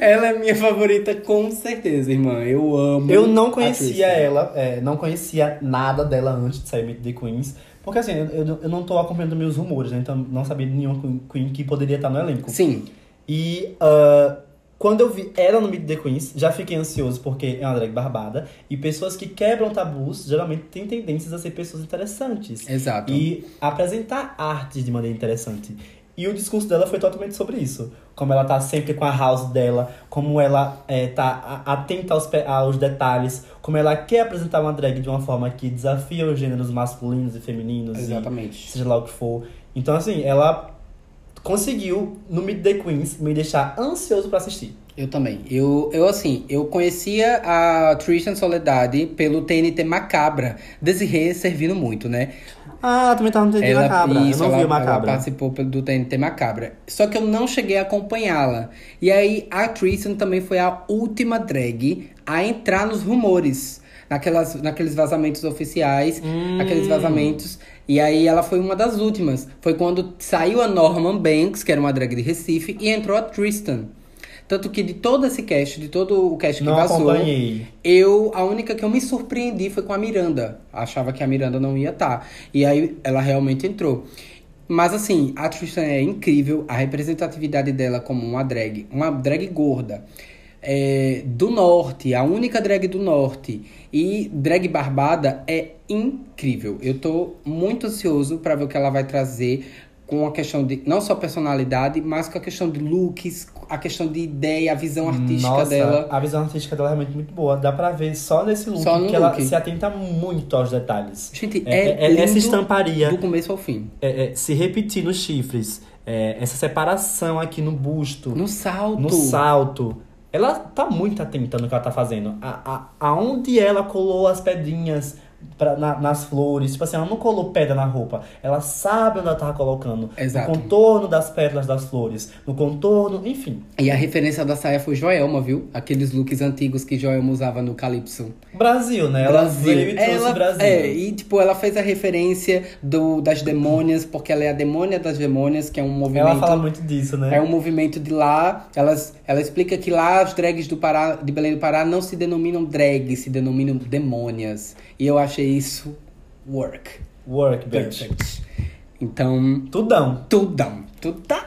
Speaker 2: Ela é minha favorita, com certeza, irmã. Eu amo.
Speaker 1: Eu não
Speaker 2: a
Speaker 1: conhecia
Speaker 2: Tristan.
Speaker 1: ela, é, não conhecia nada dela antes de sair Meet the Queens. Porque assim, eu, eu- eu não tô acompanhando meus rumores, né? Então não sabia de nenhum Queen- Queen que poderia estar no elenco.
Speaker 2: Sim.
Speaker 1: E ah, quando eu vi ela no Meet the Queens, já fiquei ansioso porque é uma drag barbada. E pessoas que quebram tabus geralmente têm tendências a ser pessoas interessantes.
Speaker 2: Exato.
Speaker 1: E apresentar artes de maneira interessante. E o discurso dela foi totalmente sobre isso. Como ela tá sempre com a house dela, como ela é, tá a- atenta aos, pe- aos detalhes, como ela quer apresentar uma drag de uma forma que desafia os gêneros masculinos e femininos. e-
Speaker 2: Exatamente.
Speaker 1: seja lá o que for. Então, assim, ela conseguiu, no Meet the Queens, me deixar ansioso pra assistir.
Speaker 2: Eu também. Eu, eu, assim, eu conhecia a Tristan Soledade pelo TNT Macabra. Desirê servindo muito, né?
Speaker 1: Ah, também tava no TNT Macabra.
Speaker 2: isso,
Speaker 1: eu não
Speaker 2: ela,
Speaker 1: vi o Macabra.
Speaker 2: ela participou pelo- do TNT Macabra. Só que eu não cheguei a acompanhá-la. E aí, a Tristan também foi a última drag a entrar nos rumores. Naquelas, naqueles vazamentos oficiais,
Speaker 1: Hum.
Speaker 2: aqueles vazamentos. E aí ela foi uma das últimas. Foi quando saiu a Norman Banks, que era uma drag de Recife, e entrou a Tristan. Tanto que de todo esse cast, de todo o cast que
Speaker 1: Não
Speaker 2: vazou,
Speaker 1: acompanhei.
Speaker 2: eu, a única que eu me surpreendi foi com a Miranda. Achava que a Miranda não ia estar. E aí ela realmente entrou. Mas assim, a Tristan é incrível, a representatividade dela como uma drag, uma drag gorda. é, do norte, a única drag do norte. E drag barbada é incrível. Eu tô muito ansioso pra ver o que ela vai trazer com a questão de não só personalidade, mas com a questão de looks, a questão de ideia, a visão artística
Speaker 1: Nossa,
Speaker 2: dela.
Speaker 1: a visão artística dela é realmente muito boa. Dá pra ver só nesse look
Speaker 2: Só
Speaker 1: que
Speaker 2: no
Speaker 1: ela
Speaker 2: look.
Speaker 1: se atenta muito aos detalhes.
Speaker 2: Gente,
Speaker 1: É,
Speaker 2: é,
Speaker 1: é- é-
Speaker 2: lindo
Speaker 1: essa estamparia,
Speaker 2: do começo ao fim.
Speaker 1: é- é, se repetir nos chifres, é, essa separação aqui no busto,
Speaker 2: No salto.
Speaker 1: no salto. Ela tá muito atenta no que ela tá fazendo. A, a, aonde ela colou as pedrinhas pra, na- nas flores. Tipo assim, ela não colou pedra na roupa. Ela sabe onde ela tava colocando.
Speaker 2: Exato.
Speaker 1: No contorno das pétalas das flores. No contorno, enfim.
Speaker 2: E a referência da saia foi Joelma, viu? Aqueles looks antigos que Joelma usava no Calypso.
Speaker 1: Brasil, né? Ela veio e trouxe Brasil.
Speaker 2: É, e tipo, ela fez a referência do, das demônias, porque ela é a demônia das demônias, que é um movimento.
Speaker 1: ela fala muito disso, né?
Speaker 2: É um movimento de lá. Elas, ela explica que lá as drags do Pará, de Belém do Pará não se denominam drags, se denominam demônias. E eu achei isso work.
Speaker 1: Work, bitch.
Speaker 2: Perfect. Então,
Speaker 1: Tudão.
Speaker 2: tudão. Tudão.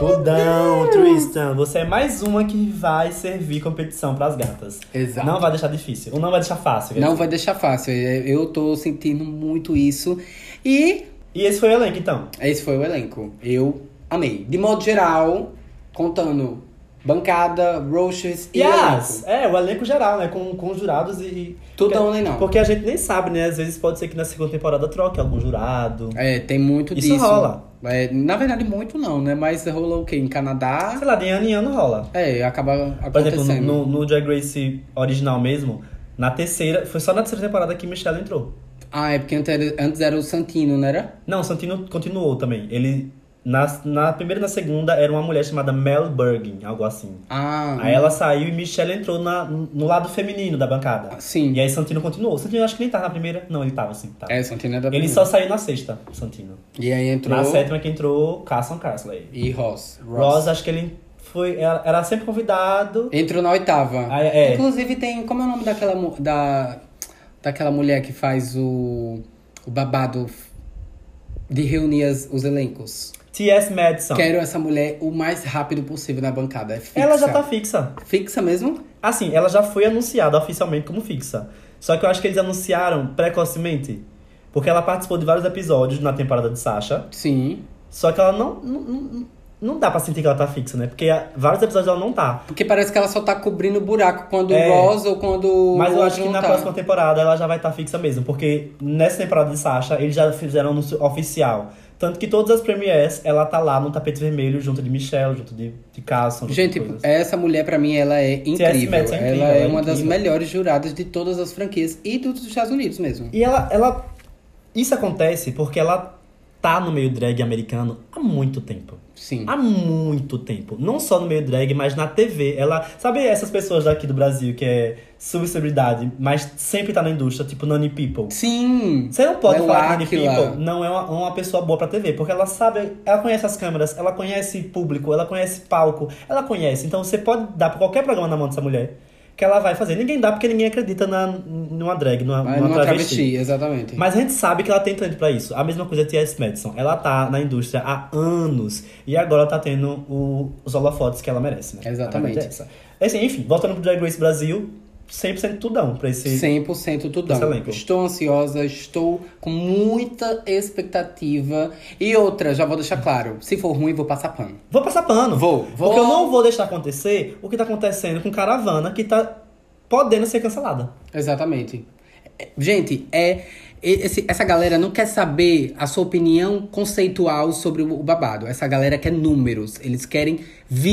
Speaker 1: Tudão, Tristan. Você é mais uma que vai servir competição pras gatas.
Speaker 2: Exato.
Speaker 1: Não vai deixar difícil. Ou não vai deixar fácil. quer
Speaker 2: Não
Speaker 1: dizer.
Speaker 2: vai deixar fácil. é, Eu tô sentindo muito isso. E
Speaker 1: E esse foi o elenco, então.
Speaker 2: esse foi o elenco. Eu amei. De modo geral, contando bancada, roxas e
Speaker 1: Yes!
Speaker 2: elenco.
Speaker 1: É, o elenco geral, né? Com, com os jurados e.
Speaker 2: Tudo
Speaker 1: Porque-
Speaker 2: ou nem não.
Speaker 1: Porque a gente nem sabe, né? Às vezes pode ser que na segunda temporada troque algum jurado.
Speaker 2: É, tem muito
Speaker 1: Isso
Speaker 2: disso.
Speaker 1: rola.
Speaker 2: É, na verdade, muito não, né? Mas rola o quê? Em Canadá?
Speaker 1: Sei lá, de ano em ano rola.
Speaker 2: É, acaba
Speaker 1: Por exemplo,
Speaker 2: acontecendo.
Speaker 1: no, no, no Drag Race original mesmo, na terceira, foi só na terceira temporada que Michelle entrou.
Speaker 2: Ah, é porque antes era, antes era o Santino, não era?
Speaker 1: Não, o Santino continuou também. Ele. Na, na primeira e na segunda era uma mulher chamada Mel Bergen, algo assim.
Speaker 2: Ah,
Speaker 1: Aí ela saiu e Michelle entrou na, no lado feminino da bancada.
Speaker 2: Ah, sim.
Speaker 1: E aí Santino continuou. Santino acho que nem tava na primeira. Não, ele tava sim, tava.
Speaker 2: É, o Santino era
Speaker 1: Ele só saiu na sexta, Santino.
Speaker 2: E aí entrou...
Speaker 1: Na sétima que entrou Carson Carsley.
Speaker 2: E Ross.
Speaker 1: Ross, acho que ele foi. Era, era sempre convidado.
Speaker 2: Entrou na oitava.
Speaker 1: Ah, é.
Speaker 2: Inclusive tem. Como é o nome daquela, mu- da, daquela mulher que faz o, o babado f- de reunir as- os elencos?
Speaker 1: T.S. Madison.
Speaker 2: Quero essa mulher o mais rápido possível na bancada. É fixa.
Speaker 1: Ela já tá fixa.
Speaker 2: Fixa mesmo?
Speaker 1: Assim, ela já foi anunciada oficialmente como fixa. Só que eu acho que eles anunciaram precocemente. Porque ela participou de vários episódios na temporada de Sasha.
Speaker 2: Sim.
Speaker 1: Só que ela não. Não, não- não dá pra sentir que ela tá fixa, né? Porque a- vários episódios ela não tá.
Speaker 2: Porque parece que ela só tá cobrindo o buraco quando
Speaker 1: É.
Speaker 2: o Ross ou quando.
Speaker 1: Mas
Speaker 2: o
Speaker 1: eu
Speaker 2: outro
Speaker 1: acho que
Speaker 2: não
Speaker 1: na
Speaker 2: tá.
Speaker 1: próxima temporada ela já vai estar fixa mesmo, porque nessa temporada de Sasha eles já fizeram anúncio oficial. Tanto que todas as premieres ela tá lá no tapete vermelho junto de Michelle, junto de, de Carson. junto de
Speaker 2: Gente,
Speaker 1: coisas.
Speaker 2: essa mulher pra mim ela é incrível.
Speaker 1: Madison é incrível,
Speaker 2: ela
Speaker 1: ela
Speaker 2: é
Speaker 1: é
Speaker 2: uma das
Speaker 1: incrível.
Speaker 2: melhores juradas de todas é- as franquias e dos Estados Unidos mesmo.
Speaker 1: E ela, ela. Isso acontece porque ela tá no meio drag americano há muito tempo.
Speaker 2: Sim.
Speaker 1: Há muito tempo. Não só no meio drag, mas na TV. Ela. Sabe essas pessoas daqui do Brasil que é subcelebridade, mas sempre tá na indústria, tipo Nani People?
Speaker 2: Sim.
Speaker 1: Você não pode
Speaker 2: Léo
Speaker 1: falar que Nani
Speaker 2: Áquila.
Speaker 1: People não é uma, uma pessoa boa pra TV, porque ela sabe, ela conhece as câmeras, ela conhece público, ela conhece palco, ela conhece. Então você pode dar pra qualquer programa na mão dessa mulher que ela vai fazer. Ninguém dá porque ninguém acredita na, numa drag, numa,
Speaker 2: Mas
Speaker 1: numa
Speaker 2: numa
Speaker 1: travesti.
Speaker 2: travesti, exatamente.
Speaker 1: Mas a gente sabe que ela tem talento pra isso. A mesma coisa a T.S. Madison. Ela tá na indústria há anos e agora tá tendo o- os holofotes que ela merece, né?
Speaker 2: Exatamente.
Speaker 1: A verdade é essa. Assim, enfim, voltando pro Drag Race Brasil, 100% tudão pra esse...
Speaker 2: 100% tudão.
Speaker 1: Esse elenco.
Speaker 2: Estou ansiosa, estou com muita expectativa. E outra, já vou deixar claro: se for ruim, vou passar pano.
Speaker 1: Vou passar pano.
Speaker 2: Vou, vou.
Speaker 1: Porque eu não vou deixar acontecer o que tá acontecendo com Caravana, que tá podendo ser cancelada.
Speaker 2: Exatamente. É, Gente, é. esse- essa galera não quer saber a sua opinião conceitual sobre o babado. Essa galera quer números. Eles querem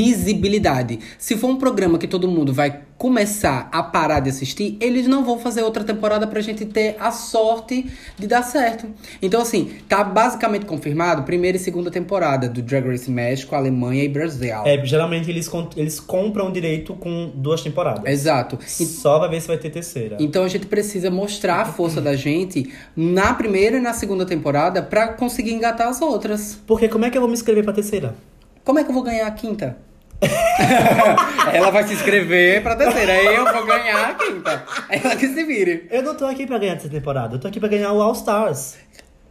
Speaker 2: visibilidade. Se for um programa que todo mundo vai começar a parar de assistir, eles não vão fazer outra temporada pra gente ter a sorte de dar certo. Então, assim, tá basicamente confirmado primeira e segunda temporada do Drag Race México, Alemanha e Brasil.
Speaker 1: É, geralmente eles, con- eles compram direito com duas temporadas.
Speaker 2: Exato.
Speaker 1: Só vai ver se vai ter terceira.
Speaker 2: Então a gente precisa mostrar a força da gente na primeira e na segunda temporada pra conseguir engatar as outras.
Speaker 1: Porque como é que eu vou me inscrever pra terceira?
Speaker 2: Como é que eu vou ganhar a quinta? [laughs] Ela vai se inscrever pra terceira, aí eu vou ganhar a quinta. Ela que se vire.
Speaker 1: Eu não tô aqui pra ganhar essa temporada, eu tô aqui pra ganhar o All Stars.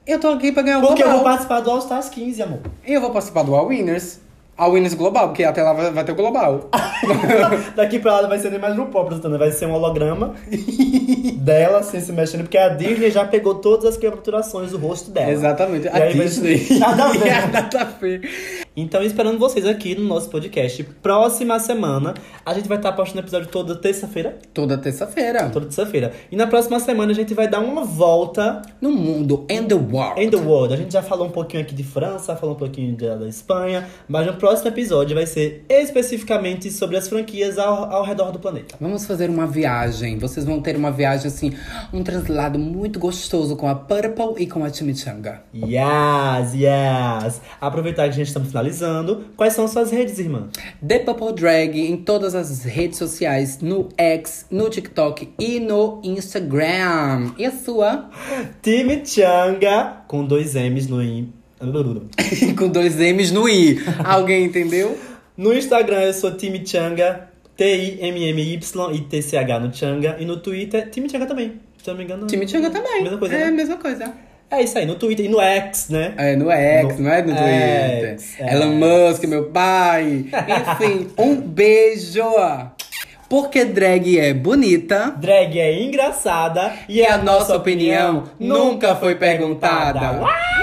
Speaker 2: Eu tô aqui pra ganhar o
Speaker 1: Porque eu vou
Speaker 2: global.
Speaker 1: participar do All Stars 15, amor. [laughs]
Speaker 2: E eu vou participar do All Winners. All Winners Global, porque até lá vai vai ter o Global.
Speaker 1: Daqui pra lá não vai ser nem mais RuPaul apresentando, vai ser um holograma dela sem se mexendo, porque a Disney já pegou todas as capturações do rosto dela.
Speaker 2: [laughs] Exatamente.
Speaker 1: É. E
Speaker 2: a
Speaker 1: aí vai-
Speaker 2: Disney.
Speaker 1: Nada a ver.
Speaker 2: [laughs] E a Nada a ver.
Speaker 1: Então, esperando vocês aqui no nosso podcast. Próxima semana, a gente vai estar postando episódio toda terça-feira.
Speaker 2: Toda terça-feira.
Speaker 1: Toda terça-feira. E na próxima semana, a gente vai dar uma volta
Speaker 2: No mundo and the world.
Speaker 1: In the World, a gente já falou um pouquinho aqui de França, falou um pouquinho da, da Espanha, mas no próximo episódio vai ser especificamente sobre as franquias ao, ao redor do planeta.
Speaker 2: Vamos fazer uma viagem. Vocês vão ter uma viagem, assim, um translado muito gostoso com a Purple e com a Chimichanga.
Speaker 1: Yes, yes! Aproveitar que a gente está finalizando, quais são suas redes, irmã?
Speaker 2: The Purple Drag em todas as redes sociais, no X, no TikTok e no Instagram. E a sua? [laughs]
Speaker 1: Time Changa, com dois M's no in...
Speaker 2: com dois M's no I. Alguém entendeu?
Speaker 1: No Instagram eu sou Time Changa, T-I-M-M-Y e T-C-H no Changa, e no Twitter, Time Changa também. Se eu não me engano,
Speaker 2: Chimichanga também.
Speaker 1: Mesma coisa,
Speaker 2: É a
Speaker 1: né?
Speaker 2: mesma coisa.
Speaker 1: É isso aí, no Twitter e no X, né?
Speaker 2: É, no X,
Speaker 1: No
Speaker 2: não é no Twitter.
Speaker 1: X, é.
Speaker 2: Elon Musk, meu pai. Enfim, um beijo. Porque drag é bonita.
Speaker 1: Drag é engraçada
Speaker 2: E a nossa opinião nunca foi perguntada.
Speaker 1: Uau!